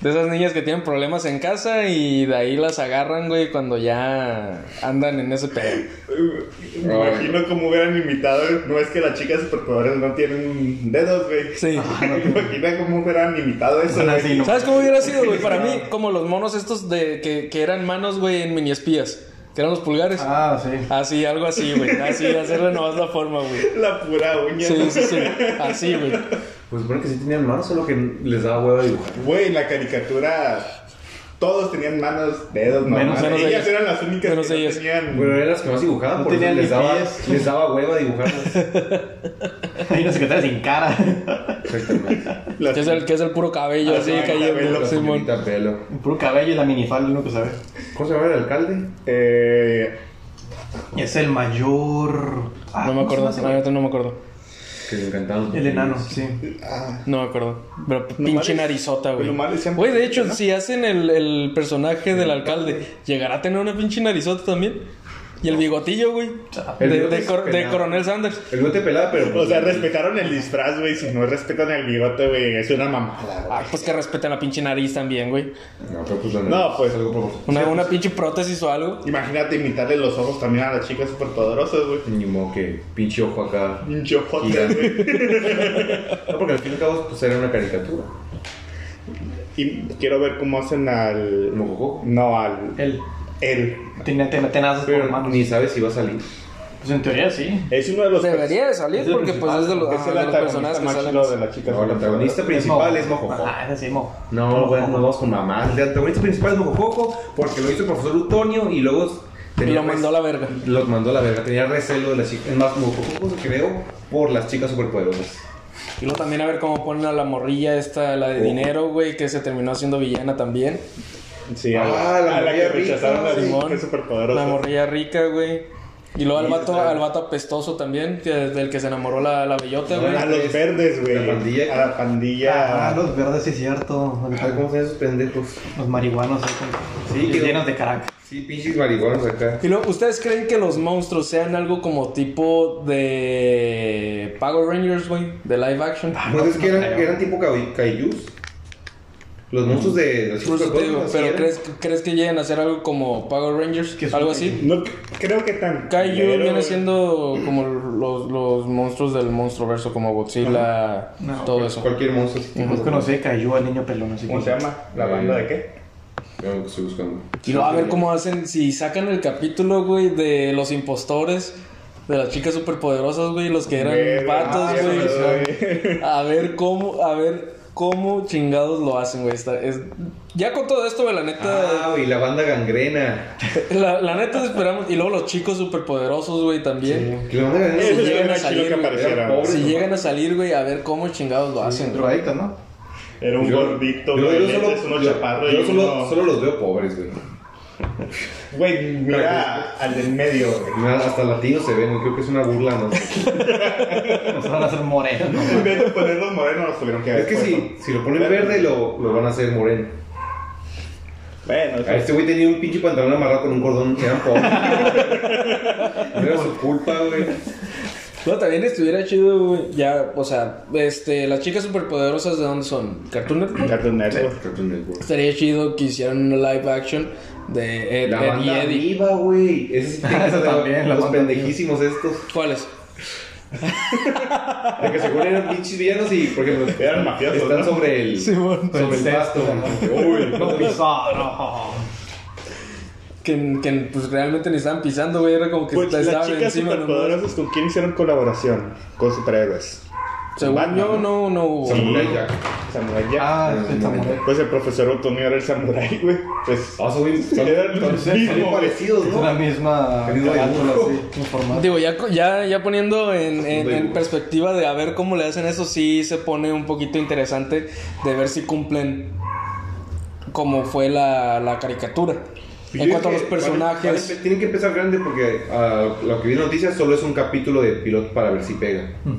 C: De esas niñas que tienen problemas en casa y de ahí las agarran, güey, cuando ya andan en ese pedo.
D: Me imagino como hubieran imitado. No es que las chicas superpoderes no tienen dedos, güey.
C: Sí.
D: Me imagino cómo hubieran imitado eso.
B: Son
D: güey.
B: así, ¿no?
C: ¿Sabes cómo hubiera sido, güey? Para mí, como los monos estos de que, que eran manos, güey, en mini espías, que eran los pulgares.
B: Ah, sí.
C: Así, algo así, güey. Así, hacerle nomás la forma, güey.
D: La pura uña.
C: Sí, sí, sí. Así, güey.
A: Pues supone que sí tenían manos, solo que les daba hueva dibujar.
D: Güey, en la caricatura todos tenían manos, dedos,
B: Menos-
D: manos.
C: menos
D: ellas
C: ellas.
D: eran las únicas
C: Menos
D: que no
C: ellas.
D: tenían.
A: Bueno, eran las que más dibujaban,
B: No
A: por eso
B: tenían ni
A: les daba,
B: pies.
A: les daba hueva dibujarlas.
B: Hay una secretaria sin cara.
A: Exactamente.
D: las-
C: Que es el, que es el puro cabello,
D: Ah,
C: así,
D: sí, cabello,
C: cayendo.
A: La
C: Simón.
A: señorita pelo.
B: Puro cabello y la minifalda, uno que sabe.
A: ¿Cómo se llama el alcalde?
D: eh,
B: Es el mayor. Ah,
C: No me
B: ¿cómo se
C: acuerdo,
B: llama
C: la
B: ese
C: neta no me acuerdo.
A: Que le encantaban. los
B: güey? El enano,
A: niños.
B: sí.
C: No me aacuerdo. Pero pinche
D: es-
C: narizota, güey.
D: lo malo es siempre
C: Güey, de
D: que
C: hecho,
D: ¿no?
C: si hacen el, el personaje del alcalde, ¿llegará a tener una pinche narizota también? Y el bigotillo, güey. De,
A: El
C: de
A: bigote es
C: cor- de
A: penado.
C: Coronel Sanders.
A: El bote pelada, pero. pues
D: o sea, respetaron el disfraz, güey. Si no respetan el bigote, güey, es una mamada.
C: Ah, pues que respeten la pinche nariz también, güey.
A: No, pero pues la
D: No, pues.
A: es algo propósito.
C: Una, una pinche prótesis o algo.
D: Imagínate imitarle los ojos también a las chicas superpoderosas, güey.
A: pues, Ni modo que pinche ojo acá.
D: Pinche ojote,
A: Gigante.
D: güey.
A: No, porque al fin y al cabo pues, era una caricatura.
D: Y quiero ver cómo hacen al.
A: Un mocococo.
D: No, al.
B: Él
D: Él.
B: tenía ten- tenazas por
A: Pero
B: manos.
A: ni sabes si va a salir.
B: Pues en teoría sí.
D: Es uno de los.
C: Debería de salir
B: Es el
C: porque pues
B: principal,
C: es de los,
D: Es el
C: de los personajes
D: antagonista
C: que
D: más
C: salen.
D: chido de las chicas.
A: No, el antagonista principal es mojojoco.
B: Ah, ese sí, mo.
A: No, bueno, nos vamos con mamá. El antagonista principal es mojojoco porque lo hizo el profesor Utonio y luego.
C: Y
A: tenía
C: lo mandó a la verga.
A: res- Los mandó a la verga. Tenía recelo de las chicas. Es más, mojojoco se creó por las chicas superpoderosas.
C: Y luego también a ver cómo ponen a la morrilla esta, la de dinero, güey, que se terminó haciendo villana también.
D: Sí,
A: Ah, la
D: a la, a la que
A: María Rita,
D: rechazaron a las
C: Simón.
D: mujeres superpoderosas.
C: La morrilla rica, güey. Y luego al vato, al vato apestoso también, que, del que se enamoró la, la bellota, güey.
D: A los verdes, güey.
A: La pandilla.
D: A la pandilla.
B: Ah, los verdes, sí es cierto.
A: Ah, ¿Cómo se llama esos pendejos?
B: Los marihuanos ahí con...
A: Sí, que-
B: llenos de caraca.
A: Sí, pinches marihuanos acá.
C: Y luego, ¿ustedes creen que los monstruos sean algo como tipo de
A: Ah,
C: Power Rangers, güey? De live action.
A: Pues es que eran, eran tipo cai- caillús. Los monstruos de pues los
C: Por eso te Pues, digo,
A: así
C: pero
A: eran.
C: ¿crees, ¿crees que lleguen a hacer algo como Power Rangers?
B: Que es
C: ¿Algo
B: un-
C: así?
D: No c- creo que tan.
C: Kaiju
D: culero,
C: viene
D: güey.
C: siendo como los, los monstruos del monstruo verso, como Godzilla,
B: No,
C: todo eso.
A: Cualquier monstruo así.
B: Yo conocí a Caillou, al niño pelón, así
D: ¿Cómo se
B: que...
D: llama? ¿La banda de qué?
A: Vean lo que estoy buscando.
C: Y luego a ver cómo hacen, si sacan el capítulo, güey, de los impostores, de las chicas superpoderosas, güey, los que eran
D: Verga,
C: patos,
D: ah, eso
C: güey.
D: me duele.
C: A ver cómo, a ver cómo chingados lo hacen, güey. Está- es- Ya con todo esto, güey, la neta,
A: Ah, y la banda gangrena.
C: la, la neta esperamos. Y luego los chicos superpoderosos, güey, también.
A: Que la banda gangrena. pues,
D: Eso
C: Si llegan
D: era
C: a
D: chido
C: salir,
D: que
C: güey,
D: apareciera. güey.
A: pobre.
C: Si
A: Pobres,
C: llegan a salir, güey, a ver cómo chingados lo hacen. güey.
B: Drogadictos, ¿no?
D: Era un
A: Yo-
D: gordito,
A: yo- yo
D: güey. lentes,
A: solo-
D: uno
A: yo-
D: chaparro y
A: yo solo,
D: uno-
A: solo los veo pobres, güey.
D: Güey, mira al del medio, güey.
A: Nada, Hasta latinos se ven, güey. creo que es una burla, ¿no? es
B: Nos van a hacer morenos, ¿no?
D: En vez de poner los morenos, los tuvieron que haber
A: que
D: puesto.
A: si, si lo ponen verde, lo, lo van a hacer moreno.
D: Bueno,
A: A este güey tenía un pinche pantalón amarrado con un cordón, eran pobres. No era su culpa, güey.
C: No, también estuviera chido, güey. Ya, o sea, este, las chicas superpoderosas, ¿de dónde son? ¿Cartoon Network?
D: Cartoon Network.
A: Cartoon Network.
C: Estaría chido que hicieran una live action de Ed,
A: La
C: Ed y
A: banda
C: Eddie.
A: viva, güey. Ese sí tiene que
B: Eso
A: ser
B: Eh, también, la
A: los
B: banda viva.
A: pendejísimos estos.
C: ¿Cuáles?
A: De que según eran pinches villanos y, por ejemplo,
D: Eran mafiosos,
A: están
D: ¿no?
A: sobre el,
C: Simón.
A: sobre el
B: Pensé,
A: pasto. Uy, no,
D: pues,
A: pis-
B: Pizarro.
C: Que, que, pues realmente ni estaban pisando, güey. Era como que
D: Pues, las
C: estaban
D: chicas
C: encima nomás.
D: superpoderosas, ¿con quién hicieron colaboración? Con superhéroes.
C: Según
D: Batman,
C: yo,
D: ¿no?
C: no, no hubo.
A: Sí. Samurai Jack.
D: Samurai Jack.
B: Ah,
A: no,
B: sí, está
A: no,
B: moreno.
D: Pues el profesor Otonio era el samurái, güey. Pues
A: Ah, son bien- son-
D: eran
B: Son-
D: los
B: son
A: son
D: mismos.
A: parecidos,
B: Es
A: ¿no?
B: la misma
A: El mismo
B: carátula,
A: dibujo.
B: así, un formato.
C: Digo, ya, co- ya, ya poniendo en, en- en
A: dibujo.
C: perspectiva de a ver cómo le hacen eso, sí se pone un poquito interesante de ver si cumplen como fue la, la caricatura.
A: Yo
C: en cuanto a los
A: creo que van- van a
C: personajes,
A: empe- tienen que empezar grande porque ah, lo que vi en noticias solo es un capítulo de piloto para ver si pega.
B: Ujú.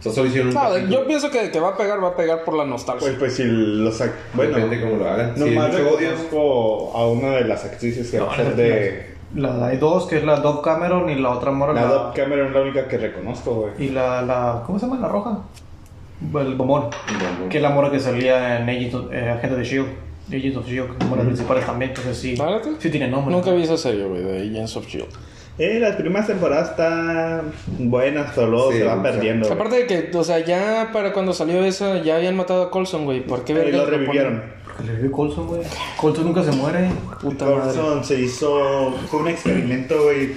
A: O sea, solo hicieron un
C: No,
A: capítulo.
C: yo pienso que, que va a pegar, va a pegar por la nostalgia.
D: Pues, pues si los. ac- Bueno,
A: Depende cómo lo hagan. Si hay
D: nomás
A: mucho odio,
D: reconozco a una de las actrices que va a ser de.
B: La, hay dos, que es la Dove Cameron y la otra mora.
D: La
B: la-
D: Dove Cameron es la única que reconozco, güey.
B: Y la, la. ¿Cómo se llama? La roja. El bombón.
A: bombón.
B: Que es la mora que salía en Agents of, eh, Agentes de Shield. Agents of Shield, como las principales también. Entonces sí.
C: ¿Várate?
B: Sí tiene nombre.
C: Nunca vi esa serie, güey, de Agents of Shield.
D: Eh, las primeras temporadas están buenas, solo
A: Sí,
D: se van
A: o sea,
D: perdiendo. güey.
C: Aparte de que, o sea, ya para cuando salió esa, ya habían matado a Colson, güey. ¿Por qué
D: Y
C: verga
D: lo
C: lo ponen?
D: revivieron.
B: Porque le vio Colson, güey. Colson nunca se muere.
C: Puta madre.
D: Corson se hizo. Fue un experimento, güey,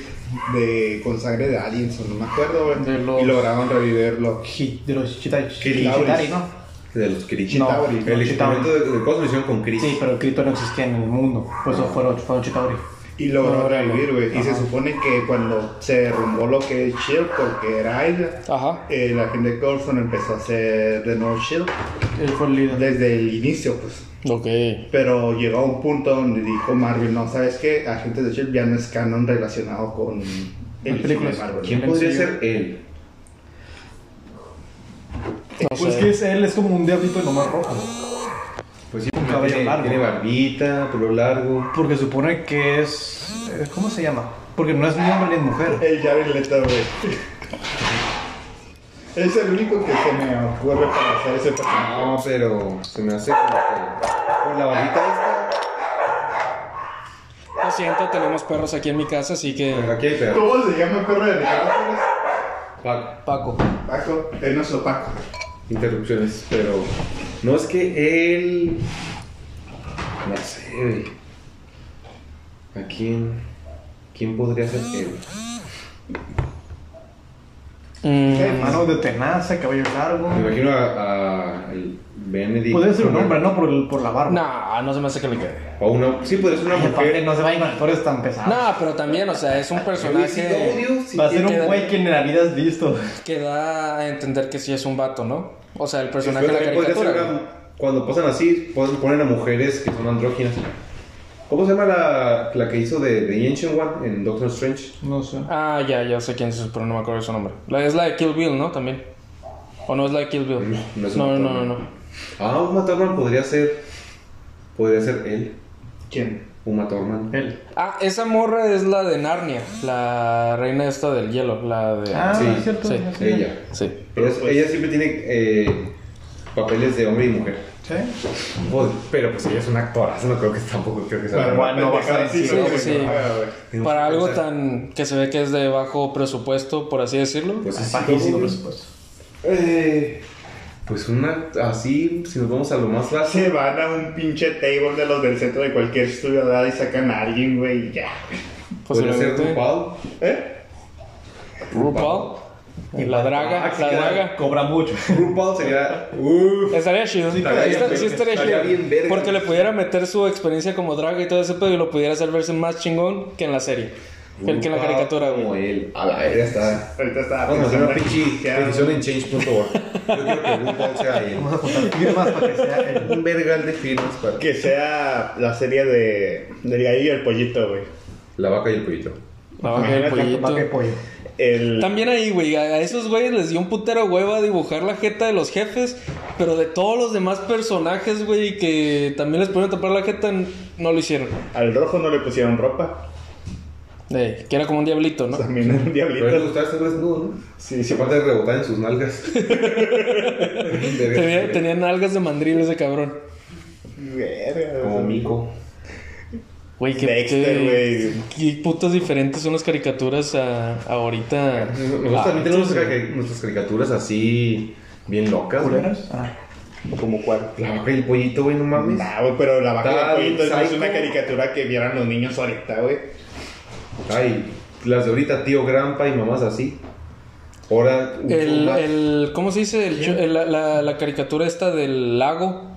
D: de, con sangre de aliens, o no me acuerdo,
B: De
D: güey.
B: los-
D: Y lograron revivirlo.
B: Hi- De los Chitari.
D: Chitauris.
B: Chitari, ¿no?
A: de los Kirishita.
B: No,
D: Chitauri,
A: el experimento de, de cosas lo hicieron con Chris.
B: Sí, pero el Krypton no existía en el mundo. Por eso fueron, fueron Chitauri.
D: Y logró
B: Ahora lo-
D: revivir, güey. Y se
B: Ajá.
D: supone que cuando se derrumbó lo que es Shield, E porque era Isla,
C: Ajá.
D: eh, la gente de Corson empezó a hacer de nuevo Shield
B: Él fue el líder.
D: E desde el inicio, pues.
C: Ok.
D: Pero llegó a un punto donde dijo Marvel, no, ¿sabes qué? Agentes de Shield E ya no es canon relacionado con el
B: Las películas.
D: cine de Marvel.
A: ¿Quién podría
B: Sí.
A: ser él?
C: No
B: Pues
C: sé.
B: que es, él es como un diablito y nomás rojo.
A: Pues sí,
B: Un cabello
A: tiene,
B: largo.
A: tiene barbita, pelo largo.
B: Porque supone que es. eh, ¿Cómo se llama? Porque no es ni hombre ni mujer.
D: El Jared Leto, güey. es el único que se me ocurre para hacer ese personaje.
A: No, pero se me hace como que. Por la barbita
C: Lo siento, tenemos perros aquí en mi casa, así que.
A: esta. Aquí hay perro.
D: ¿Cómo se llama el perro de Nicolás?
A: Paco.
C: Paco.
D: Paco, es nuestro Paco.
A: Interrupciones, pero. No es que él. No sé, güey. ¿A quién? ¿Quién podría ser él?
C: Mm,
B: Hermano de tenaza, cabello largo.
A: Me imagino a, a el Benedict.
B: Podría ser un hombre, ¿no? Por, el- por la barba.
C: nah, no se me hace que le quede.
A: O una, sí, podría ser una
B: Y aparte
A: mujer.
B: no se va a ir con actores tan pesados.
C: Nah, pero también, o sea, es un
A: Oye, sí,
C: personaje
A: odio, sí.
B: va a ser
C: y queda-
B: un güey que en la vida has visto.
C: que da a entender que sí es un vato, ¿no? O sea, el personaje
A: Pero
C: de la
A: también podría ser
C: caricatura.
A: una- cuando pasan así, pon- ponen a mujeres que son andróginas. ¿Cómo se llama la, la que hizo de The Ancient One en Doctor Strange?
B: No sé.
C: Ah, ya, ya sé quién es, pero no me acuerdo de su nombre. La- es la de Kill Bill, ¿no? También. ¿O no es la de Kill Bill?
A: Mm, no es
C: no,
A: un
C: no, no,
A: vato,
C: no.
A: Ah, Uma Thurman podría ser. Podría ser él,
D: ¿Quién?
A: Uma Thurman.
B: Él.
C: Ah, esa morra es la de Narnia, la reina esta del hielo, la de...
B: Ah,
A: Sí,
B: es cierto.
C: sí,
B: ya sé.
A: Ella.
C: Sí.
A: Ella,
D: Pues-
A: ella siempre tiene. eh, papeles de hombre y mujer.
B: Sí.
A: Pues, pero pues ella es una actoraza, no creo que tampoco creo que sea.
D: Pero bueno,
E: va a estar
D: sí,
E: encima,
D: no,
E: güey.
C: sí.
D: Ah, güey.
A: Tenemos
C: Para
A: que
C: algo
A: pensar.
C: tan que se ve que es de bajo presupuesto, por así decirlo.
A: Pues sí,
B: Bajísimo
A: sí.
B: presupuesto.
A: Eh, pues una así, si nos vamos a lo más básico.
D: Se van a un pinche table de los del centro de cualquier ciudad y sacan a alguien, güey, y ya.
A: Podría ser
C: Posiblemente.
A: RuPaul.
D: ¿Eh?
C: RuPaul. La draga.
A: Ah,
C: La
A: sí,
C: draga.
B: Cobra mucho.
A: RuPaul sería. Uf.
C: Estaría chido. Sí,
A: estaría
C: está-
A: bien,
C: sí estaría
A: estaría
C: chido.
A: bien verga.
C: Porque le pudiera meter su experiencia como draga y todo ese pedo y lo pudiera hacer verse más chingón que en la serie. Que, que en la
A: RuPaul
C: caricatura, ah, güey.
A: Como él. A la verga está.
D: Ahorita está.
A: Vamos a hacer una pinche
D: cristiana.
A: petición en change.org. Yo quiero que RuPaul sea él.
B: Vamos a apuntar firmas para que sea el.
A: Un vergal de firmas para
D: Que sea la serie de del gallo y el pollito, güey.
A: la vaca y el pollito.
C: La vaca del
B: Imagínate,
C: pollito.
B: vaca y pollo.
D: El...
C: También ahí, güey, a a esos güeyes les dio un putero hueva dibujar la jeta de los jefes, pero de todos los demás personajes, güey, que también les ponen a tapar la jeta, n- no lo hicieron.
D: Al rojo no le pusieron ropa.
C: Ey, Eh, que era como un diablito, ¿no?
D: También era un
A: Pero a él le
D: diablito.
A: gustaba estar desnudo, ¿no?
D: Sí,
A: Y si
D: sí.
A: aparte rebotar en sus nalgas.
C: Tenía, tenían algas de mandril ese cabrón.
D: Verga,
A: Como
D: güey.
A: mico.
C: Güey, qué,
D: Dexter,
C: qué-
D: güey.
C: qué putas diferentes son las caricaturas a, a ahorita.
A: Nosotros
C: Ah,
A: también tenemos nuestras cari- nuestras caricaturas así, bien locas. güey.
B: ¿Culeras? Ah.
D: Como cuál.
A: La vaca y el pollito, güey, no mames.
D: Nah, güey, pero la vaca
A: Tal,
D: del pollito es más
A: psycho.
D: una caricatura que vieran los niños ahorita, güey.
A: Ay, las de ahorita, tío Grampa y mamás así. Ahora, un
C: El,
A: chumba-
C: el- ¿Cómo se dice? El cho- el- la, la- la caricatura esta del lago,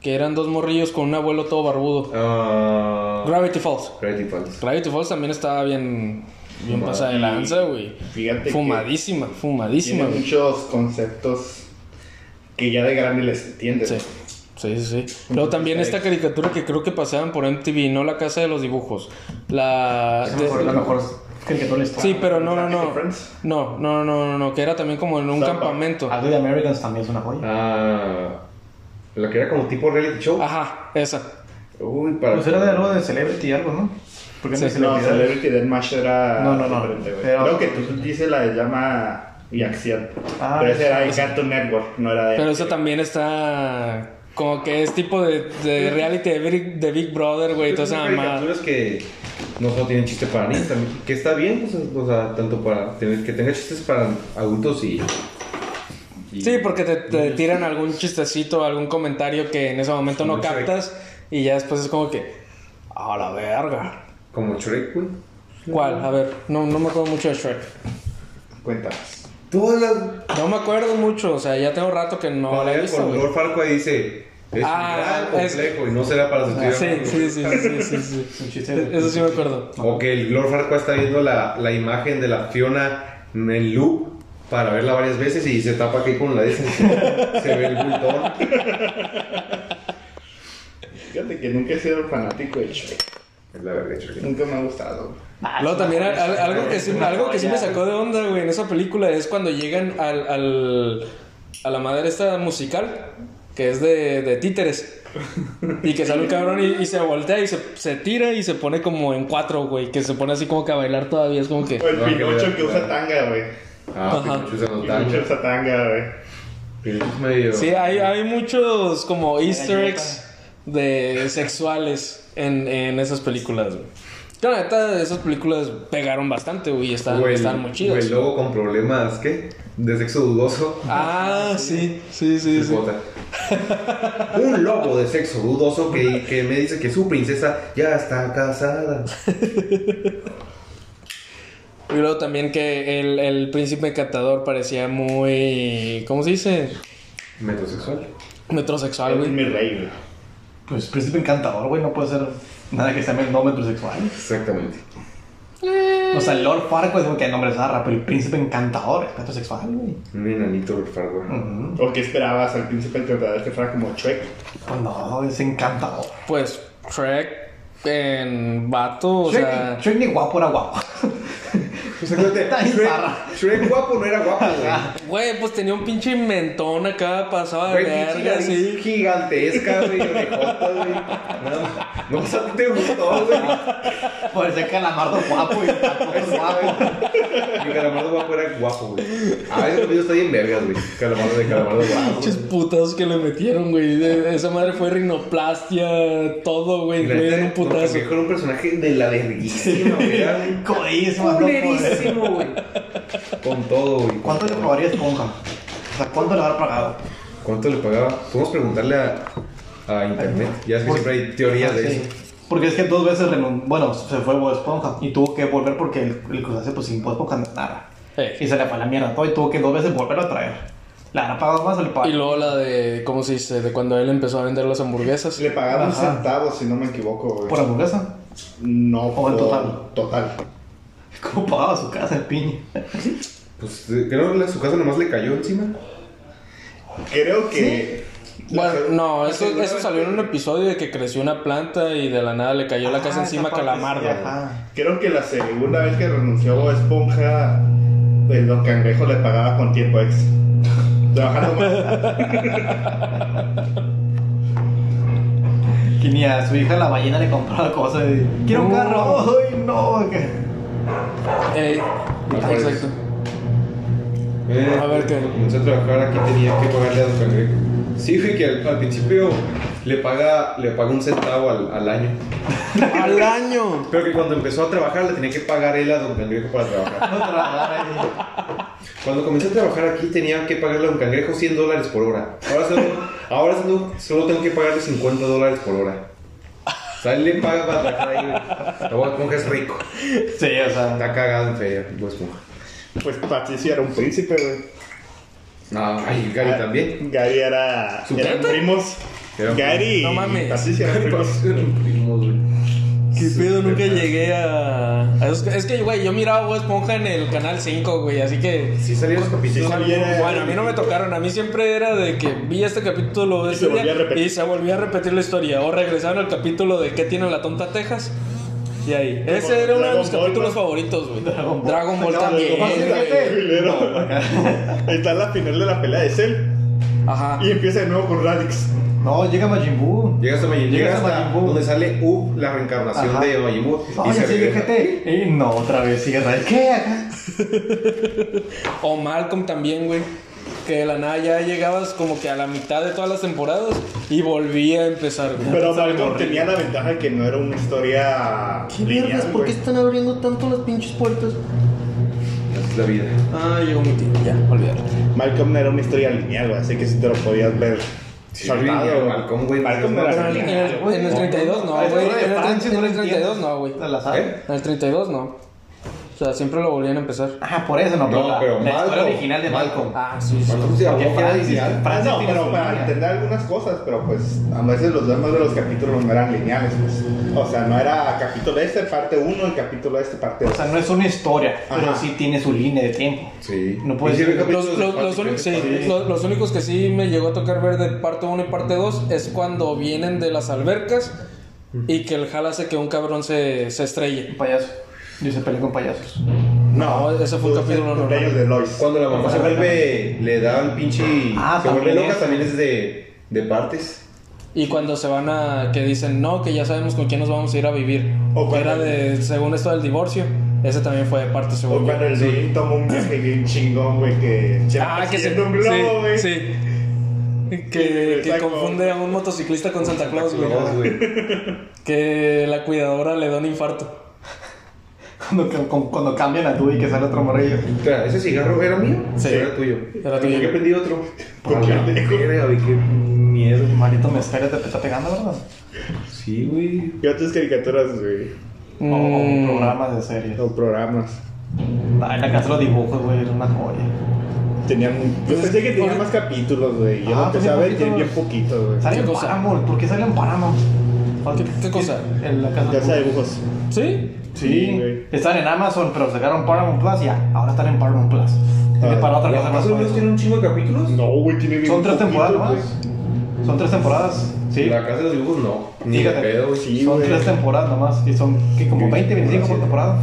C: que eran dos morrillos con un abuelo todo barbudo.
A: Ah,
C: Gravity Falls.
A: Gravity Falls.
C: Gravity Falls también estaba bien, bien
A: Fumada.
C: pasada de lanza, güey.
D: Fíjate que-
C: Fumadísima,
D: Tiene
C: fumadísima, güey.
D: muchos conceptos que ya de grande les entiendes.
C: Sí, sí, sí. sí. Luego también esta caricatura que creo que pasaban por MTV, no la casa de los dibujos. La.
B: Ah, Es
C: de-
B: mejor, la mejor caricatura de la historia.
C: Sí, pero no, no, no.
D: Friends.
C: No, no, no, no, no, que era también como en un
D: South Park.
C: campamento.
B: Ugly Americans también es una joya.
A: Ah, la que era como tipo reality show.
C: Ajá, esa.
A: Uy, para.
B: Pues era de algo de celebrity algo, ¿no? Porque
C: Sí,
B: no
C: no,
B: es
D: No,
B: celebridad.
D: Celebrity Deathmatch era
B: No, no, no.
D: diferente, güey.
B: Pero-
D: Creo que tú dices la de llama y acción.
B: Ah,
D: pero ese era de
B: sí.
D: Cartoon Network, no era de.
C: Pero esa también está. Como que es tipo de, de reality de Big, de Big Brother, güey, toda
A: Esas
C: esa
A: son
C: mamada.
A: caricaturas que no solo tienen chiste para niños, también, que está bien, pues, o sea, tanto para tener, que tenga chistes para adultos y. y-
C: Sí, porque te, te tiran algún chistecito, algún comentario que en ese momento no
A: Como Shrek.
C: captas y ya después es como que, a la verga.
A: Como Shrek, güey.
C: ¿Cuál? A ver, no, no me acuerdo mucho de Shrek.
D: Cuéntanos.
A: Todas las.
C: No me acuerdo mucho, o sea, ya tengo rato que no
A: Cuando
C: la he
A: llega
C: visto.
A: con
C: güey.
A: Lord Farquaad y dice. Es
C: Ah,
A: un gran
C: es-
A: complejo y no será para sus
C: Ah,
A: tíos.
C: Sí, sí, sí, sí, sí, sí,
B: Es un
C: sí.
B: chiste de-
C: Eso sí me acuerdo.
A: O que el Lord Farquaad está viendo la, la imagen de la Fiona en loop para verla varias veces y se tapa aquí con la de esas. se ve el bultón.
D: Fíjate que nunca he sido fanático de Shrek.
A: Es la verga, Shrek.
D: Nunca me ha gustado.
C: Luego también al- al- algo que sí, algo que sí me sacó de onda, güey, en esa película es cuando llegan al, al- a la madre esta musical, que es de, de títeres. Y que sale un cabrón y, y se voltea y se, se tira y se pone como en cuatro, güey, que se pone así como que a bailar todavía, es como que...
D: O el
A: No, que
D: Pinocho
A: vea,
D: que usa
A: vea.
D: tanga, güey.
A: Ah,
C: Ajá.
A: Pinocho se
D: Pinocho
A: notaba.
D: usa tanga, güey.
A: Pinocho medio.
C: Sí, hay, hay muchos como easter eggs de sexuales en, en esas películas, güey. Que la neta, esas películas pegaron bastante, güey, y están,
A: O el-
C: están muy
A: o
C: chidas.
A: el lobo con problemas, ¿qué? De sexo dudoso.
C: Ah, sí, sí, sí, sí.
A: Bota. Un lobo de sexo dudoso que, que me dice que su princesa ya está casada.
C: Y luego también que el, el príncipe encantador parecía muy. ¿Cómo se dice?
A: Metrosexual.
C: Metrosexual,
D: Es
C: güey.
D: mi rey, güey.
B: Pues príncipe encantador, güey, no puede ser nada que sea no metrosexual.
A: Exactamente.
B: O sea, el Lord Farquaad es como que el nombre es zarra, pero el príncipe encantador es metrosexual, güey.
A: Un enanito Lord Farquaad.
B: Ujú.
D: ¿O qué esperabas al príncipe encantador que fuera como Shrek?
B: Pues no, es encantador.
C: Pues Shrek en vato, o
B: Shrek,
C: sea.
B: Shrek ni guapo era guapo.
A: Exactamente.
B: Está bien zarra.
A: Shrek, Shrek guapo no era guapo, güey.
C: Güey, pues tenía un pinche mentón acá, pasaba de
A: Güey, pinche
C: verga,
A: nariz
C: así.
A: gigantesca, güey, orejota, güey. Nada más. No, o sea, a ti te gustó, güey.
B: Por ese calamardo guapo y el tapón guapo.
A: Mi calamardo guapo era guapo, güey. A veces los videos está bien vergas, güey. Calamardo de calamardo guapo.
C: Pinches putados que le metieron, güey. De- Esa madre fue rinoplastia, todo, güey.
A: Y la
C: Le dieron un
A: neta, nos
C: putazo.
A: cambió con un personaje de la verguísima, güey. Era un
B: Codísimo, no poder.
A: culerísimo, güey. Con todo, güey.
B: ¿Cuánto le pagaría Esponja? O sea, ¿cuánto le habrá pagado?
A: ¿Cuánto le pagaba? Podemos preguntarle a, a internet. Ya es que
B: Por-
A: siempre hay teorías de
B: Ah, Sí.
A: eso.
B: Porque es que dos veces renun- bueno, se fue Bob Esponja y tuvo que volver porque el, el Cruz Azul, pues sin Bob Esponja nada.
C: Eh.
B: Y se le fue a la mierda todo y tuvo que dos veces volver a traer. ¿Le habrá pagado más o le pagó?
C: Y luego la de, ¿cómo se dice? De cuando él empezó a vender las hamburguesas.
D: Le pagaron un
B: Ajá.
D: centavo, si no me equivoco, güey.
B: ¿Por hamburguesa?
D: No,
B: o en
D: por-
B: total?
D: Total.
B: ¿Cómo pagaba su casa el piña?
A: Pues eh, creo que la- su casa nomás le cayó encima.
D: Creo que.
C: Bueno, no, eso,
A: segunda
C: eso
A: vez
C: salió en un episodio de que creció una planta y de la nada le cayó la casa
B: Ah,
C: encima a
B: esa parte sí,
C: Calamardo.
B: ajá.
D: Creo que la segunda vez que renunció Bob Esponja, pues, el Don Cangrejo le pagaba con tiempo extra. Trabajando más.
B: Que ni a su hija la ballena le compraba cosas y... ¡Quiero un
C: No.
B: carro! ¡Ay, no! que-
C: Eh, exacto.
A: Eh,
C: A ver, ¿qué?
A: cuando Comencé a trabajar aquí tenía que pagarle a Don Cangrejo. Sí, güey, que al, al principio le paga, le paga un centavo al, al año.
C: ¡Al año!
A: Pero que cuando empezó a trabajar le tenía que pagar él a Don Cangrejo para trabajar.
B: No trabajar ahí.
A: Cuando comencé a trabajar aquí tenía que pagarle a Don Cangrejo 100 dólares por hora. Ahora solo, ahora solo, solo tengo que pagarle 50 dólares por hora. O sea, él le paga para trabajar ahí, güey. La Bob Esponja es rico.
B: Sí, o sea...
A: Está cagado en feria, Bob Esponja.
D: Pues Patricio era un príncipe, güey.
A: No, ay,
D: Ah.
A: Gary también.
D: Gary era.
A: ¿Su
D: Eran
C: teta?
D: primos.
A: Eran
D: Gary
C: primos. No
D: y
C: mames.
D: Patricio eran primos.
C: ¿Qué pedo? Nunca llegué a... a esos- Es que, güey, yo miraba Bob Esponja en el Canal 5, güey, así que...
A: Sí salían los capítulos.
D: Sí, Era-
C: Bueno, a mí no me tocaron. A mí siempre era de que vi este capítulo de
D: Y se
C: ese día
D: volvía a repetir.
C: y se volvía a repetir la historia. O regresaron al capítulo de ¿Qué tiene la tonta Texas? Y ahí. Ese era uno de
D: Dragon
C: mis
D: Ball,
C: capítulos
D: ¿no?
C: favoritos, güey.
B: Dragon
C: Dragon
B: Ball.
C: Ball,
B: Dragon
C: también.
B: Ball,
C: güey.
B: fíjate.
D: Ahí está la final de la pelea de Cell.
C: Ajá.
D: Y empieza de nuevo con Radix.
B: No, llega Majin Buu.
A: Llegas a Majin,
B: Llegas
A: llegas
B: a
A: hasta
B: Majin Buu.
A: donde sale U, la reencarnación
B: Ajá.
A: de Majin Buu, y
B: Oye,
A: se
B: sí,
A: regresa.
B: fíjate. Y no, otra vez sigue Radix. ¿Qué? Acá.
C: O Malcolm también, güey. Que de la nada ya llegabas como que a la mitad de todas las temporadas y volvía a empezar, güey.
D: Pero
B: Sabe
D: Malcolm
B: horrible.
D: tenía la ventaja de que no era una historia. lineal, güey.
C: están abriendo tanto las pinches puertas?
A: Así es la vida.
C: Ah, llegó mi tío. Ya, olvídalo.
D: Malcolm no era una historia lineal, güey, así que sí te lo podías ver.
A: Sí, lineal, Malcolm, güey,
D: Malcolm
A: no
D: no
A: es
D: era
C: Pero en el,
D: lineal.
C: en el- en el 32 no,
B: La
C: güey.
B: historia de
C: En el
B: Francia
C: 30 en
B: la
C: el 32
B: entiendo.
C: no, güey.
B: ¿Te la sabes?
A: ¿Eh?
C: En el 32 no. O sea, siempre lo volvían a empezar.
B: Ah, por eso no,
A: No,
B: la-
A: pero
B: la historia
A: Malcolm,
B: original de
A: Malcolm.
B: Malcolm.
C: Ah, sí, sí.
A: Malcolm se
B: Porque
A: llamó
B: Francis-
A: Francis.
D: Ah,
B: Francis
D: no,
B: tiene
D: pero
B: su
D: para
B: línea.
D: entender algunas cosas, pero pues a veces los demás de los capítulos no eran lineales, pues. O sea, no era capítulo este, parte 1 y capítulo este, parte 2.
B: O sea, no es una historia, pero
D: Ajá.
B: sí tiene su línea de tiempo.
A: Sí.
B: No puede ser.
C: Los, los- los únicos, sí, los- los únicos que sí me llegó a tocar ver de parte 1 y parte 2 es cuando vienen de las albercas y que el jala hace que un cabrón se, se estrelle.
B: Un payaso. Yo se peleé con payasos.
C: No, ese fue un capítulo
D: el
C: normal.
D: cumpleaños de Lois.
A: Cuando la mamá se vuelve, le da el pinche.
B: Ah,
A: se vuelve
B: también
A: loca,
B: es.
A: también es de, de partes.
C: Y cuando se van a. que dicen, no, que ya sabemos con quién nos vamos a ir a vivir.
D: O
C: que
D: cuando-
C: era de. según esto del divorcio. Ese también fue de parte,
D: O
C: según. yo.
D: cuando el Dorin toma un viaje bien chingón, güey, que se va
C: Ah, que se.
D: persiguiendo un globo, güey.
C: sí, sí. Que, que
D: Exacto.
C: confunde a un motociclista con Santa Claus, güey.
A: Claus, güey.
C: Que la cuidadora le da un infarto.
B: Cuando, ca- con- cuando cambian a tú y que sale otro morrillo.
A: Espera, ¿ese cigarro era mío?
C: Sí.
A: Era tuyo.
C: Era tuyo.
A: ¿Por qué prendí otro?
D: Por
A: A la
D: pendejo.
A: verga, güey, qué miedo.
B: Marito Mezcala te está pegando, ¿verdad?
A: Sí, güey.
D: Y otras caricaturas, güey.
B: O,
C: Mm.
B: o programas de series.
D: O programas.
B: Ay, la casa de los dibujos, güey, era una joya.
D: Tenían. Yo
C: Pues
D: pensé que
C: es-
D: tenía más capítulos, güey. Yo
B: Ah,
D: lo empecé a
B: tenía
D: ver y tenía bien
B: poquitos.
D: poquito, güey.
B: Sale
C: ¿Qué
B: en
C: cosa?
B: Paramount. ¿Por qué sale en Paramount?
C: ¿Qué, qué cosa?
B: En la casa de
D: Ya
B: los
D: sea
B: dibujos.
D: dibujos.
C: ¿Sí?
B: Sí,
D: Sí, güey.
B: están en Amazon, pero sacaron Paramount Plus y ya, ahora están en Paramount Plus. Tiene
D: Ah,
B: para otra
A: ¿La
B: cosa
A: mamá
B: más.
A: de Dios tiene un chingo de capítulos?
D: No, güey, tiene bien
B: Son tres
D: poquito,
B: temporadas
D: güey.
B: más. Son tres temporadas. Sí.
A: La casa de los dibujos no. Ni de
B: Fíjate.
A: pedo, güey.
D: Sí,
B: son
D: güey.
B: tres temporadas nomás. Y son ¿qué, como
A: Sí,
B: 20, 25 por
A: sí.
B: temporada.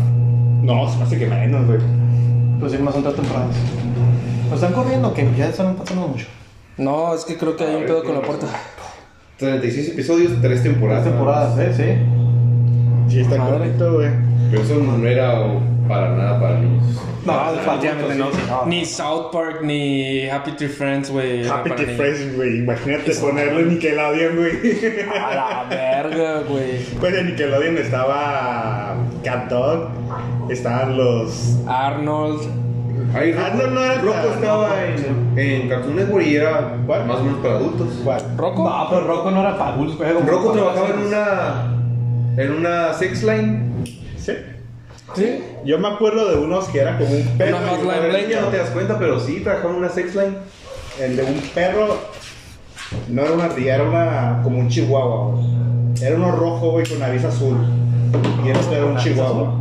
D: No, se me hace que menos, güey.
B: Pues sí, más son tres temporadas. ¿Lo están corriendo que ya están pasando mucho?
C: No, es que creo que hay
D: Ah,
C: un pedo con la puerta.
A: 36 episodios, 3 temporadas.
B: Tres temporadas, ¿eh? Sí.
D: Sí, está
C: Madre.
D: correcto, güey.
A: Pero eso no era para nada para niños.
B: No,
C: definitivamente no. Ni
B: Ni
C: South Park, ni Happy Tree Friends, güey. era
D: Happy
C: para
D: Tree
C: niños.
D: Friends, güey. Imagínate ponerlo en Nickelodeon, güey.
C: A la verga, güey.
D: Pues en Nickelodeon estaba Cat Dog, estaban los.
C: Arnold.
A: Ahí
D: Ah,
A: Rocco-
D: no, no era
A: Rocco
D: para-
A: estaba en, en Cartoon Network y era
D: ¿Cuál?
A: más o menos para adultos.
D: ¿Cuál?
C: ¿Rocco?
B: No, pero Rocco no era para Bulls, güey.
A: Rocco trabajaba en una en una sex line.
D: Sí.
C: ¿Sí?
D: Yo me acuerdo de unos que era como un perro.
C: Una
D: y
C: hotline.
D: una-
A: A ver,
C: Blake.
A: niña, no te das cuenta, pero sí trabajaba en una sex line.
D: El de un perro. No era una ardilla, era una, como un chihuahua. güey. Era uno rojo, güey, con nariz azul. Y el otro era un chihuahua.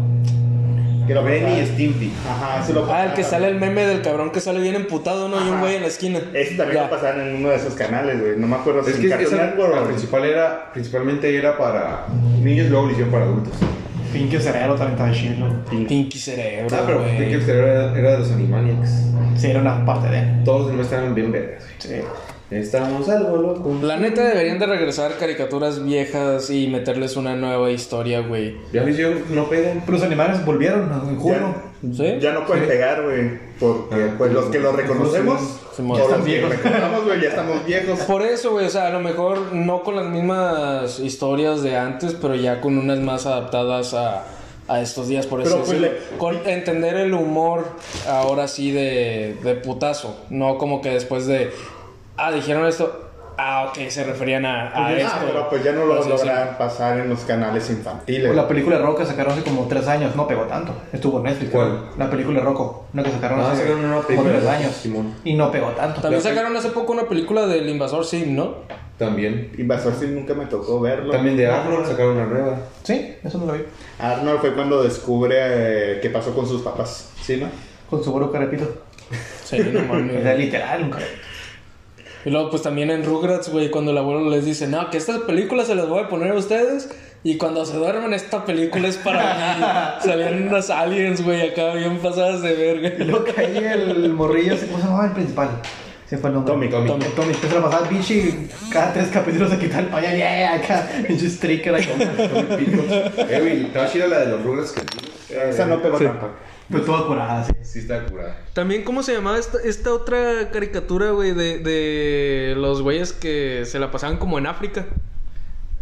D: Que lo
A: Benny y
D: venía.
A: Stimpy.
D: Ajá, ese lo
C: Ah, el que
D: pasaban.
C: sale el meme del cabrón que sale bien emputado, ¿no? Y un
D: Ajá.
C: güey en la esquina.
D: Ese también
C: Ya.
D: lo pasaban en uno de esos canales, güey. No me acuerdo si
A: Es
D: en
A: que
D: Cartoon
A: esa,
D: Network
A: la
D: o-
A: principal era, principalmente era para niños, luego lo hicieron para adultos.
B: Pinky Cerebro también estaba chido.
C: Pinky cerebro,
A: Ah, pero
C: güey.
A: Pinky Exterior era, era de los Animaniacs.
B: Sí, era una parte de.
A: Todos los demás estaban bien verdes.
B: Sí.
A: Estábamos algo loco.
C: La neta deberían de regresar caricaturas viejas y meterles una nueva historia, güey.
A: Ya lo hicieron, no pegan.
B: Pero los animales volvieron en julio.
D: Ya-
C: ¿Sí?
D: Ya no pueden pegar, güey. Porque
A: Ah.
D: pues los que los reconocemos,
C: Sí, ya
D: o los
B: están
D: que
B: viejos.
D: recordamos, güey, ya estamos viejos.
C: Por eso, güey, o sea, a lo mejor no con las mismas historias de antes, pero ya con unas más adaptadas a, a estos días, por eso
D: Pero, pues, le-
C: con entender el humor ahora sí de, de putazo, no como que después de, ah, dijeron esto, ah, ok, se referían a, a
D: Ah,
C: esto.
D: pero pues ya no lo
C: Así,
D: logran pasar en los canales infantiles.
B: Pues la película de Rocco sacaron hace como tres años, no pegó tanto. Estuvo en Netflix.
A: ¿Cuál?
B: La película de Rocco, una que sacaron
A: Ah,
B: hace
A: sacaron una
B: como
A: película
B: tres
A: de-
B: años.
A: Simón.
B: Y no pegó tanto.
C: También
A: La-
C: sacaron hace poco una película del invasor Sim, ¿no?
A: También.
D: Invasor Sim nunca me tocó verlo.
A: También de Arnold sacaron una nueva.
B: Sí, eso no lo vi.
D: Arnold fue cuando descubre eh, qué pasó con sus papás. ¿Sí, no?
B: Con su bolo carapito.
C: Sí, no
A: Eh.
C: mames.
B: Era literal, un carapito.
C: Y luego, pues también en Rugrats, güey, cuando el abuelo les dice, no, que estas películas se las voy a poner a ustedes. Y cuando se duermen, esta película es para mí. Salían unas aliens, güey, acá bien pasadas de
B: Y
C: verga.
B: luego caí el morrillo, ¿cómo se llamaba el principal? Se fue el nombre.
A: Tommy, Tommy.
B: Tommy, Tommy. Que se la pasaba bichi cada tres capítulos se quitaba el pañal. Yeah, acá, pinche streaker acá.
A: Evil, estaba chida la de los Rugrats que
D: Esa no pegó tanto.
B: Pero toda curada, sí.
A: Sí está curada.
C: También, ¿cómo se llamaba esta, esta otra caricatura, güey, de, de los güeyes que se la pasaban como en África?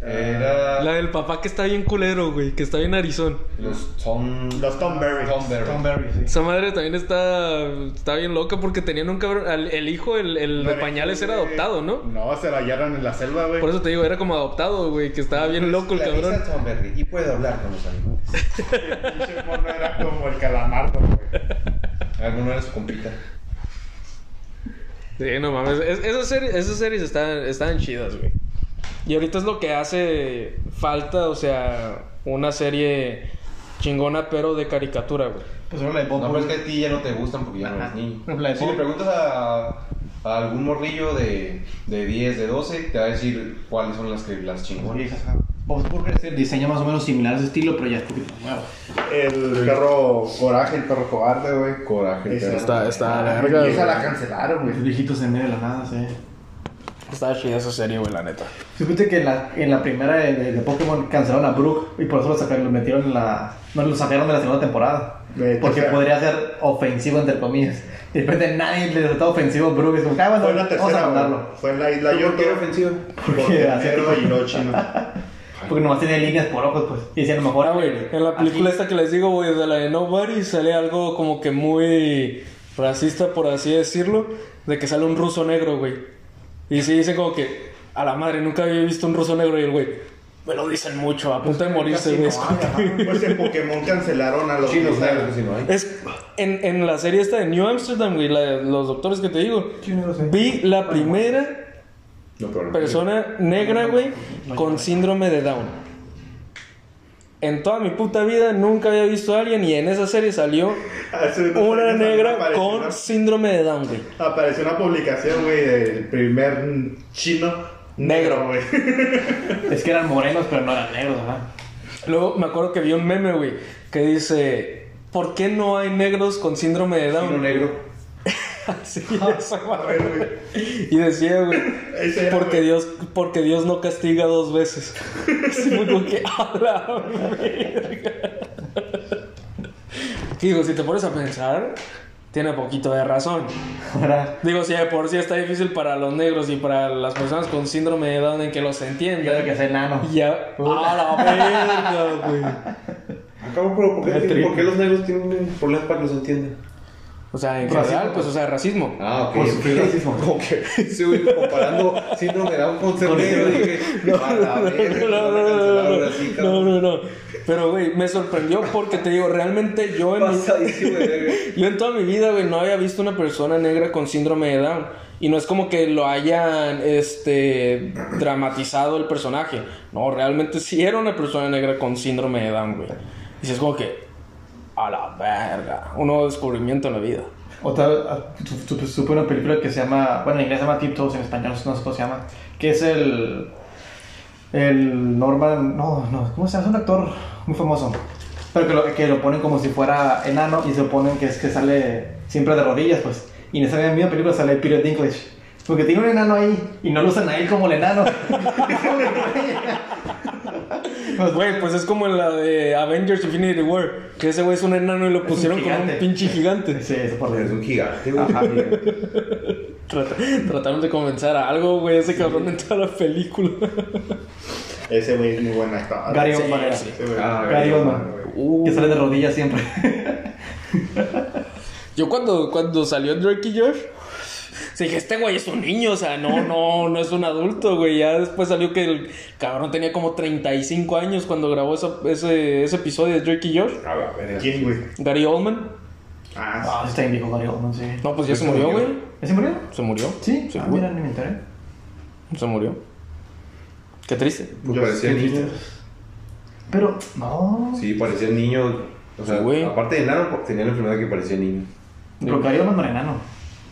A: Era
C: La del papá que está bien culero, güey, que está bien arizón.
A: los Tom
D: Los Tom Berry.
A: Tom Berry.
B: Tom Berry, sí.
C: Esa madre también está, está bien loca porque tenían un cabrón. al- El, hijo, el, el de pañales, era adoptado, ¿no?
D: No, se lo hallaron en la selva, güey.
C: Por eso te digo, era como adoptado, güey, que estaba bien loco el
A: La
C: cabrón.
A: risa Tom Berry, Y puede hablar con los animales.
D: Pinche mono era como el calamardo, güey.
A: Alguno era su compita.
C: Sí, no mames. Es- esas, series, esas series están, están chidas, güey. Y ahorita es lo que hace falta, o sea, una serie chingona, pero de caricatura, güey.
B: Pues ahora la de Bob
A: No, pero es que
B: Burger.
A: a ti ya no te gustan porque ya no eres
B: Ajá.
A: niño.
B: Por ejemplo, la de
A: Si le
B: Bob.
A: preguntas a, a algún morrillo de, de 10, de 12, te va a decir cuáles son las, que, las chingones.
B: Bob Burger es el diseño más o menos similar a ese estilo, pero ya es un poquito nuevo.
D: El perro coraje, el perro cobarde, güey.
A: Coraje.
D: Esa-
A: pero-
C: Está- está larga,
D: Y esa
C: güey.
D: la cancelaron, güey.
B: Los viejitos en medio de la nada, sí.
C: Estaba chida esa serie, güey, la neta.
B: Supiste que en la, en la primera de, de- de Pokémon cancelaron a Brook y por eso lo, sacaron, lo metieron en la. No lo sacaron de la segunda temporada.
D: Eh,
B: Porque
D: o sea-
B: podría ser ofensivo, entre comillas. Y de repente nadie le resultó ofensivo a Brook. Es como, ah, bueno,
D: Fue en la
B: vamos a
D: tercera, güey.
B: mandarlo.
D: Fue en la isla Yoto.
A: ofensivo?
D: Porque
B: Porque hacía
D: Homero y Hiroshi, ¿no?
B: Porque nomás tiene líneas por ojos, pues. Y decían, a lo mejor.
C: Ahora, Ah, güey, en la película esta que les digo, güey, de la de Nobody, sale algo como que muy racista, por así decirlo, de que sale un ruso negro, güey. Y sí dicen como que, a la madre, nunca había visto un ruso negro y el güey, me lo dicen mucho, a punto de morirse, güey. Es como que-
D: Pues en Pokémon cancelaron a los
A: Chinos
D: gusanos.
A: negros, si no hay.
C: Es en, en la serie esta de New Amsterdam, güey, la de los doctores que te digo. Vi la primera
A: No, pero no.
C: persona negra, güey, con síndrome de Down. En toda mi puta vida nunca había visto a alguien y en esa serie salió
D: Hace unos
C: una
D: años
C: negra
D: apareció
C: con síndrome de Down, güey.
D: una- Apareció una publicación, güey, del primer chino
C: Negro.
D: güey.
B: Es que eran morenos, pero no eran negros, ¿verdad?
C: Luego me acuerdo que vi un meme, güey, que dice, ¿Por qué no hay negros con síndrome de
A: Chino
C: Down?
A: negro.
C: Sí, esa
D: A
C: madre.
D: ver, güey.
C: y decía, güey,
D: Ese era,
C: porque
D: güey.
C: Dios, porque Dios no castiga dos veces. Así fue como que, "A la verga". Digo, si te pones a pensar, tiene poquito de razón.
B: Ahora,
C: Digo, si de por sí está difícil para los negros y para las personas con síndrome de Down en que los
B: yo creo
C: entiendan.
B: que es enano.
C: Ya, a la verga, güey.
A: Acabo, pero ¿por
B: Es
A: qué, tienen-
B: triple.
A: ¿por qué los negros tienen problemas para que los entiendan?
C: O sea, en
B: Racismo.
C: general, pues, o sea, racismo.
A: Ah, ok.
B: Por su
A: ok.
B: racismo.
A: Como que sí, güey, comparando síndrome de Down con ser
B: Con
A: negro,
B: negro.
A: dije, a la verga,
C: No, no,
A: me van a cancelar
C: no, no,
A: ahora sí,
C: no,
A: cabrón.
C: no, no, no. Pero, güey, me sorprendió porque te digo, realmente yo en, mi-
A: Pasadísimo de verga.
C: yo en toda mi vida, güey, no había visto una persona negra con síndrome de Down. Y no es como que lo hayan, este, dramatizado el personaje. No, realmente sí era una persona negra con síndrome de Down, güey. Y sí es como que, a la verga, un nuevo descubrimiento en la vida.
B: Otra, ah, su- su- supe una película que se llama, bueno, en inglés se llama Tiptoes, en español no sé cómo se llama, que es el, el Norman, no, no, ¿cómo se llama? Es un actor muy famoso, pero que lo, que lo ponen como si fuera enano y se ponen que es que sale siempre de rodillas, pues, y en esa misma película sale Peter Dinklage, porque tiene un enano ahí y no lo usan a él como el enano.
C: Pues, Güey, pues es como en la de Avengers Infinity War, que ese güey es un enano y lo
B: un
C: pusieron como un
B: gigante.
C: pinche gigante.
B: sí, eso por
A: Es un gigante, güey. Pues
B: Ajá, mira.
C: Trata- trataron de comenzar a algo, güey, ese cabrón en toda la película.
E: Ese güey es muy buen actor.
B: Gary
C: Sí,
B: Oldman era,
C: sí.
E: Ese güey.
A: Ah,
B: Gary Oldman.
E: güey.
B: que sale de rodillas siempre.
C: Yo cuando, cuando salió Drake y Josh, sí dije, este güey es un niño, o sea, no, no, no es un adulto, güey. Ya después salió que el cabrón tenía como 35 años cuando grabó esa- ese, ese episodio de Drake y Josh.
A: A la verga.
E: ¿Quién, güey?
C: Gary Oldman.
E: Ah,
B: Ah, está bien viejo Gary Oldman, sí.
C: No, pues ya se murió, güey.
B: ¿Ya se murió?
C: Se murió.
B: Sí,
C: se
B: ah,
C: murió.
B: mira, ni me enteré.
C: Se murió. Qué triste.
A: Pues
E: Yo
A: parecía
E: sé que
A: niño.
B: Pero, no.
A: Sí, parecía niño. O sea,
C: Sí, güey.
A: aparte de enano, porque tenía la enfermedad que parecía niño.
B: Pero Gary Oldman no era enano.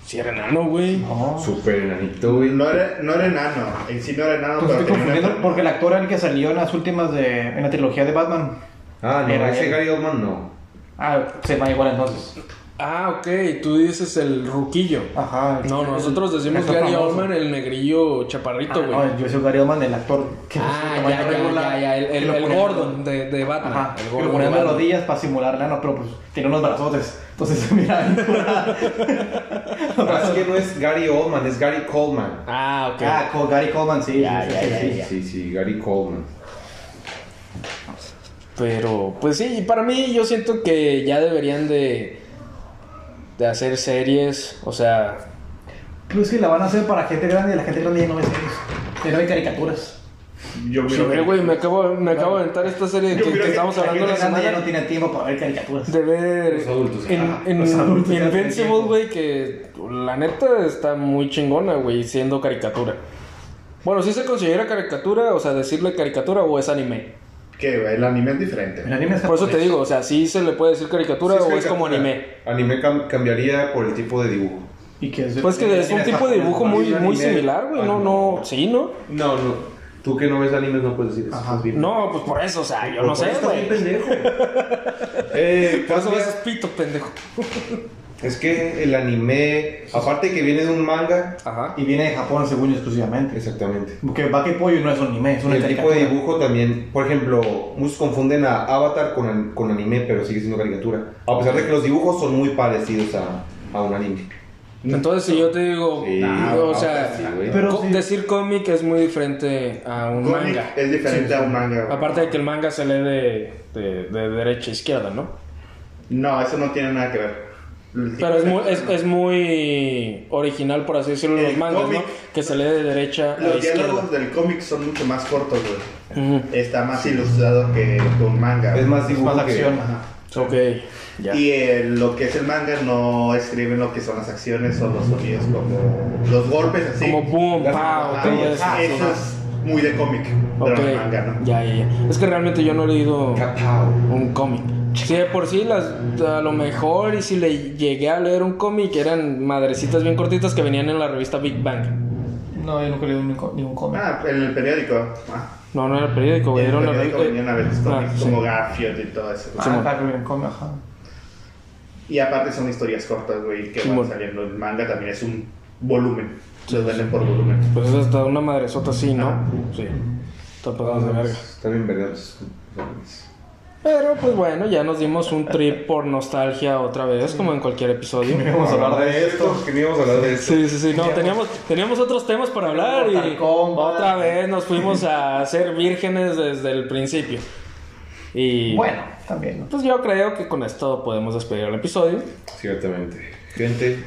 C: Si era enano, güey.
B: No.
A: Súper enanito,
E: güey.
A: güey.
E: No era, no era enano. En sí no era enano,
B: Pues
E: pero
B: estoy
E: tenía una
B: confundiendo porque el
E: enfermedad.
B: actor era el que salió en las últimas de. en la trilogía de Batman.
A: Ah, no,
B: Era
A: ese
B: él.
A: Gary Oldman no.
B: Ah, se va igual entonces.
C: Ah, ok, tú dices el ruquillo.
B: Ajá.
C: No, nosotros decimos
B: Actor
C: Gary
B: famoso.
C: Oldman, el negrillo
B: Ah,
C: chaparrito, güey.
B: no, yo soy Gary Oldman, el actor que
C: Ah,
B: que
C: ya,
B: tamaño
C: ya,
B: regular,
C: ya, ya, el,
B: que
C: el,
B: lo
C: el
B: ponían-
C: Gordon de, de Batman.
B: Ajá, que
C: el
B: lo
C: Gordon de
B: ponían de
C: Batman.
B: rodillas para simular enano, pero pues tiene unos brazotes. Entonces, mira,
A: Ah, es que no es Gary Oldman, es Gary Coleman.
C: Ah, ok.
B: Ah, con Gary Coleman, sí.
C: Ya,
B: sí,
C: ya,
B: sí,
C: ya,
B: sí.
A: Sí, sí, Gary Coleman.
C: Pero, pues sí, y para mí yo siento que ya deberían de, de hacer series, o sea...
B: Pero es que la van a hacer para gente grande y la gente grande ya no ve series. Se ve caricaturas.
E: Yo miro
C: Sí,
E: que-
C: eh, güey, me acabo, me acabo de aventar esta serie
E: Yo
C: que, que
E: creo que
C: estamos
E: la
C: hablando
B: la
C: la
B: gente grande ya
C: semana.
B: no tiene tiempo para ver caricaturas.
C: De ver
A: Los adultos,
C: en,
A: ajá,
C: en
B: los adultos ya tienen
C: Invincible,
B: tiempo.
C: güey, que la neta está muy chingona, güey, siendo caricatura. Bueno, si se considera caricatura, o sea, decirle caricatura o es anime.
E: Que güey, el anime es diferente.
B: El anime es
C: Por eso te
B: japonés.
C: digo, o sea, si se le puede decir caricatura
A: Sí,
C: o es como
A: caricatura.
C: anime.
A: Anime cam- cambiaría por el tipo de dibujo.
B: Y que es,
C: Pues que es un tipo de dibujo muy, muy similar, güey. No, no, sí, ¿no?
A: No, no. Tú que no ves animes no puedes decir eso.
B: Ajá.
A: Estás bien.
C: No, pues por eso, o sea, yo no sé,
A: Estás bien
C: güey.
A: pendejo. eh,
C: Por eso
A: cambia-
C: ves pito, pendejo.
A: Es que el anime, aparte que viene de un manga,
C: Ajá.
B: Y viene de Japón, según yo, exclusivamente.
A: exactamente.
B: Porque Baque Pollo no es un anime, es una
A: el tipo
B: caricatura.
A: de dibujo también, por ejemplo, muchos confunden a Avatar con, an- con anime, pero sigue siendo caricatura. A pesar de que los dibujos son muy parecidos a, a un anime.
E: Mm.
C: Entonces, si yo te digo,
A: Sí,
C: ah, o
A: Avatar
C: sea,
A: sí,
E: pues
A: güey.
B: pero
C: co-
B: sí.
C: decir cómic es muy diferente a un
E: Cómic
C: manga.
E: Es diferente a un manga. güey.
C: Aparte de que el manga se lee de, de- de derecha a izquierda, ¿no?
E: No, eso no tiene nada que ver.
C: Pero es muy, es, es muy original, por así decirlo, los
E: El
C: mangas, ¿no?
E: cómic-
C: Que se lee de derecha a
E: Los
C: izquierda.
E: diálogos del cómic son mucho más cortos, güey.
C: Ujú.
E: Está más ilustrado que con manga.
A: Es
E: güey.
A: más
B: Es
A: dibujo
B: más
A: que-
B: acción.
E: Ajá.
C: Ok, ya.
E: Y eh, lo que es el manga no escriben lo que son las acciones o los sonidos como los golpes así.
C: Como boom,
A: Las-
C: pow,
E: Ajá,
C: todo
E: ajá,
C: eso.
E: eso es muy de cómic, pero
C: Ok,
E: no Ah, de manga, ¿no?
C: Ya, ya, ya. Es que realmente yo no he leído
A: Capao.
C: un cómic. Si de por sí, las, a lo mejor, y si le llegué a leer un cómic, eran madrecitas bien cortitas que venían en la revista Big Bang.
B: No, yo nunca leí ningún, ningún cómic.
E: Ah, en el periódico. Ah,
C: No, no era el periódico, güey.
E: en
C: Era
E: el
C: una
E: periódico
C: revista.
E: venían a ver los
C: Ah,
E: cómics
C: sí.
E: como Garfield y todo eso.
B: Ah,
C: Simón.
B: claro, en cómic, ajá.
E: Y aparte son historias cortas, güey, que van
C: Simón.
E: saliendo. El manga también es un volumen. Lo venden por volumen.
C: Pues es hasta una madresota así, ¿no? Sí. Está pasando de verga.
A: Está bien vergas.
C: Pero pues bueno, ya nos dimos un trip por nostalgia otra vez, como en cualquier episodio.
B: Vamos a hablar de esto.
A: Que no íbamos a hablar de esto.
C: Sí, sí, sí, no, teníamos, teníamos otros temas para hablar y
B: Mortal Kombat.
C: otra vez nos fuimos a ser vírgenes desde el principio. Y
B: Bueno, también, ¿no?
C: pues yo creo que con esto podemos despedir el episodio.
A: Ciertamente. Gente.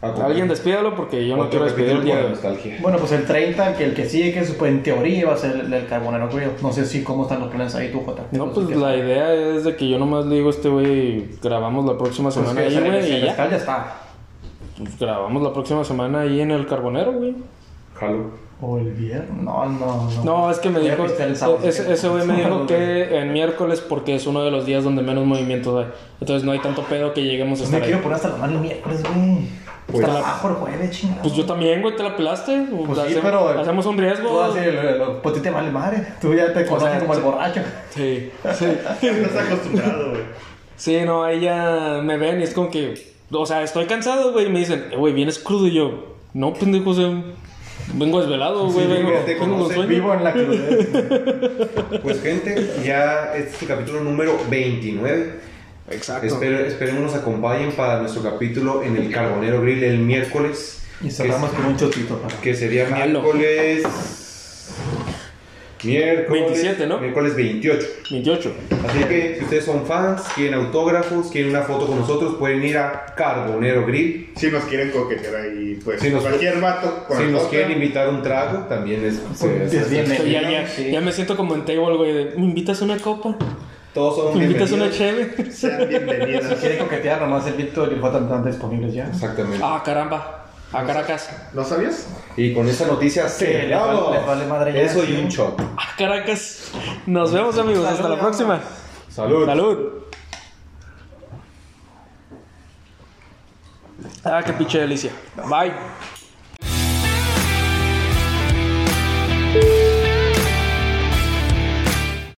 A: a-
C: Alguien despídalo porque yo no
A: Otro
C: quiero despedir
A: capítulo
C: el día
A: por
C: de
A: la
C: hoy.
A: nostalgia.
B: Bueno, pues el 30, que el que sigue, que supo- en teoría va a ser el, del carbonero creo. No sé si cómo están los planes ahí, tú, Jota.
C: No, pues
B: que-
C: la idea es de que yo nomás le digo a este güey, grabamos la próxima
B: pues,
C: semana
B: que
C: ahí,
B: sale
C: güey,
B: el
C: y ya.
B: fiscal, ya está.
C: Pues, grabamos la próxima semana ahí en el Carbonero, güey.
A: Jalo.
B: O el viernes. No, no, no.
C: No, es que me
B: Voy a
C: dijo,
B: pistear el sábado,
C: ese,
B: ¿sí?
C: ese güey me dijo que en miércoles porque es uno de los días donde menos movimientos hay. Entonces no hay tanto pedo que lleguemos a
B: Pues Me
C: estar ahí.
B: quiero poner hasta la mano el miércoles, güey.
A: Pues-
B: Trabajo el jueves, chingada.
C: Pues yo también, güey, te la pelaste.
B: Pues sí,
C: Hacemos-
B: pero-
C: Hacemos un riesgo.
B: Tú vas a decir, lo- lo- pues a ti te vale madre. Tú ya te conoces como el borracho.
C: Sí, sí.
E: Estás acostumbrado, güey.
C: Sí, no, ahí ya me ven y es como que... O sea, estoy cansado, güey, y me dicen, "Eh, güey, vienes crudo. Y yo, no, pendejo, o sea, vengo desvelado, güey, vengo,
A: güey, te
C: vengo con
A: conocen
C: sueño".
B: Vivo en la crudez.
A: Pues gente, ya este es el capítulo número 29.
C: Exacto.
A: Espero, esperemos nos acompañen para nuestro capítulo en el Carbonero Grill el miércoles.
B: Y cerramos con un chotito. para-
A: Que sería
C: Jalo.
A: miércoles. Miércoles
C: 27, ¿no?
A: Miércoles 28.
C: 28.
A: Así que si ustedes son fans, quieren autógrafos, quieren una foto con nosotros, pueden ir a Carbonero Grill.
E: Si nos quieren coquetear ahí, pues.
A: Si nos-
E: cualquier vato.
A: Si nos
E: cualquier-
A: quieren invitar un trago, también es. se- se-
B: Es bien,
C: Estoy ya,
B: ¿no?
C: ya,
B: Sí.
C: ya me siento como en table, güey, de, ¿me invitas una copa?
A: todos son
C: ¿Me invitas una
A: bienvenidos.
C: cheve?
E: Sean
B: Si
E: bienvenidos.
B: quiere coquetear, nomás el Víctor y el Jota están disponibles ya.
A: Exactamente.
C: Ah, caramba. A Caracas.
E: ¿No sabías?
A: Y con esa noticia
B: Que le
A: cerramos.
B: vale- le vale madre ya,
A: Eso y
B: sí.
A: un shot.
C: A Ah, Caracas. Nos vemos, amigos. Hasta la próxima.
A: Salud.
C: Salud. Ah, qué pinche delicia. Bye.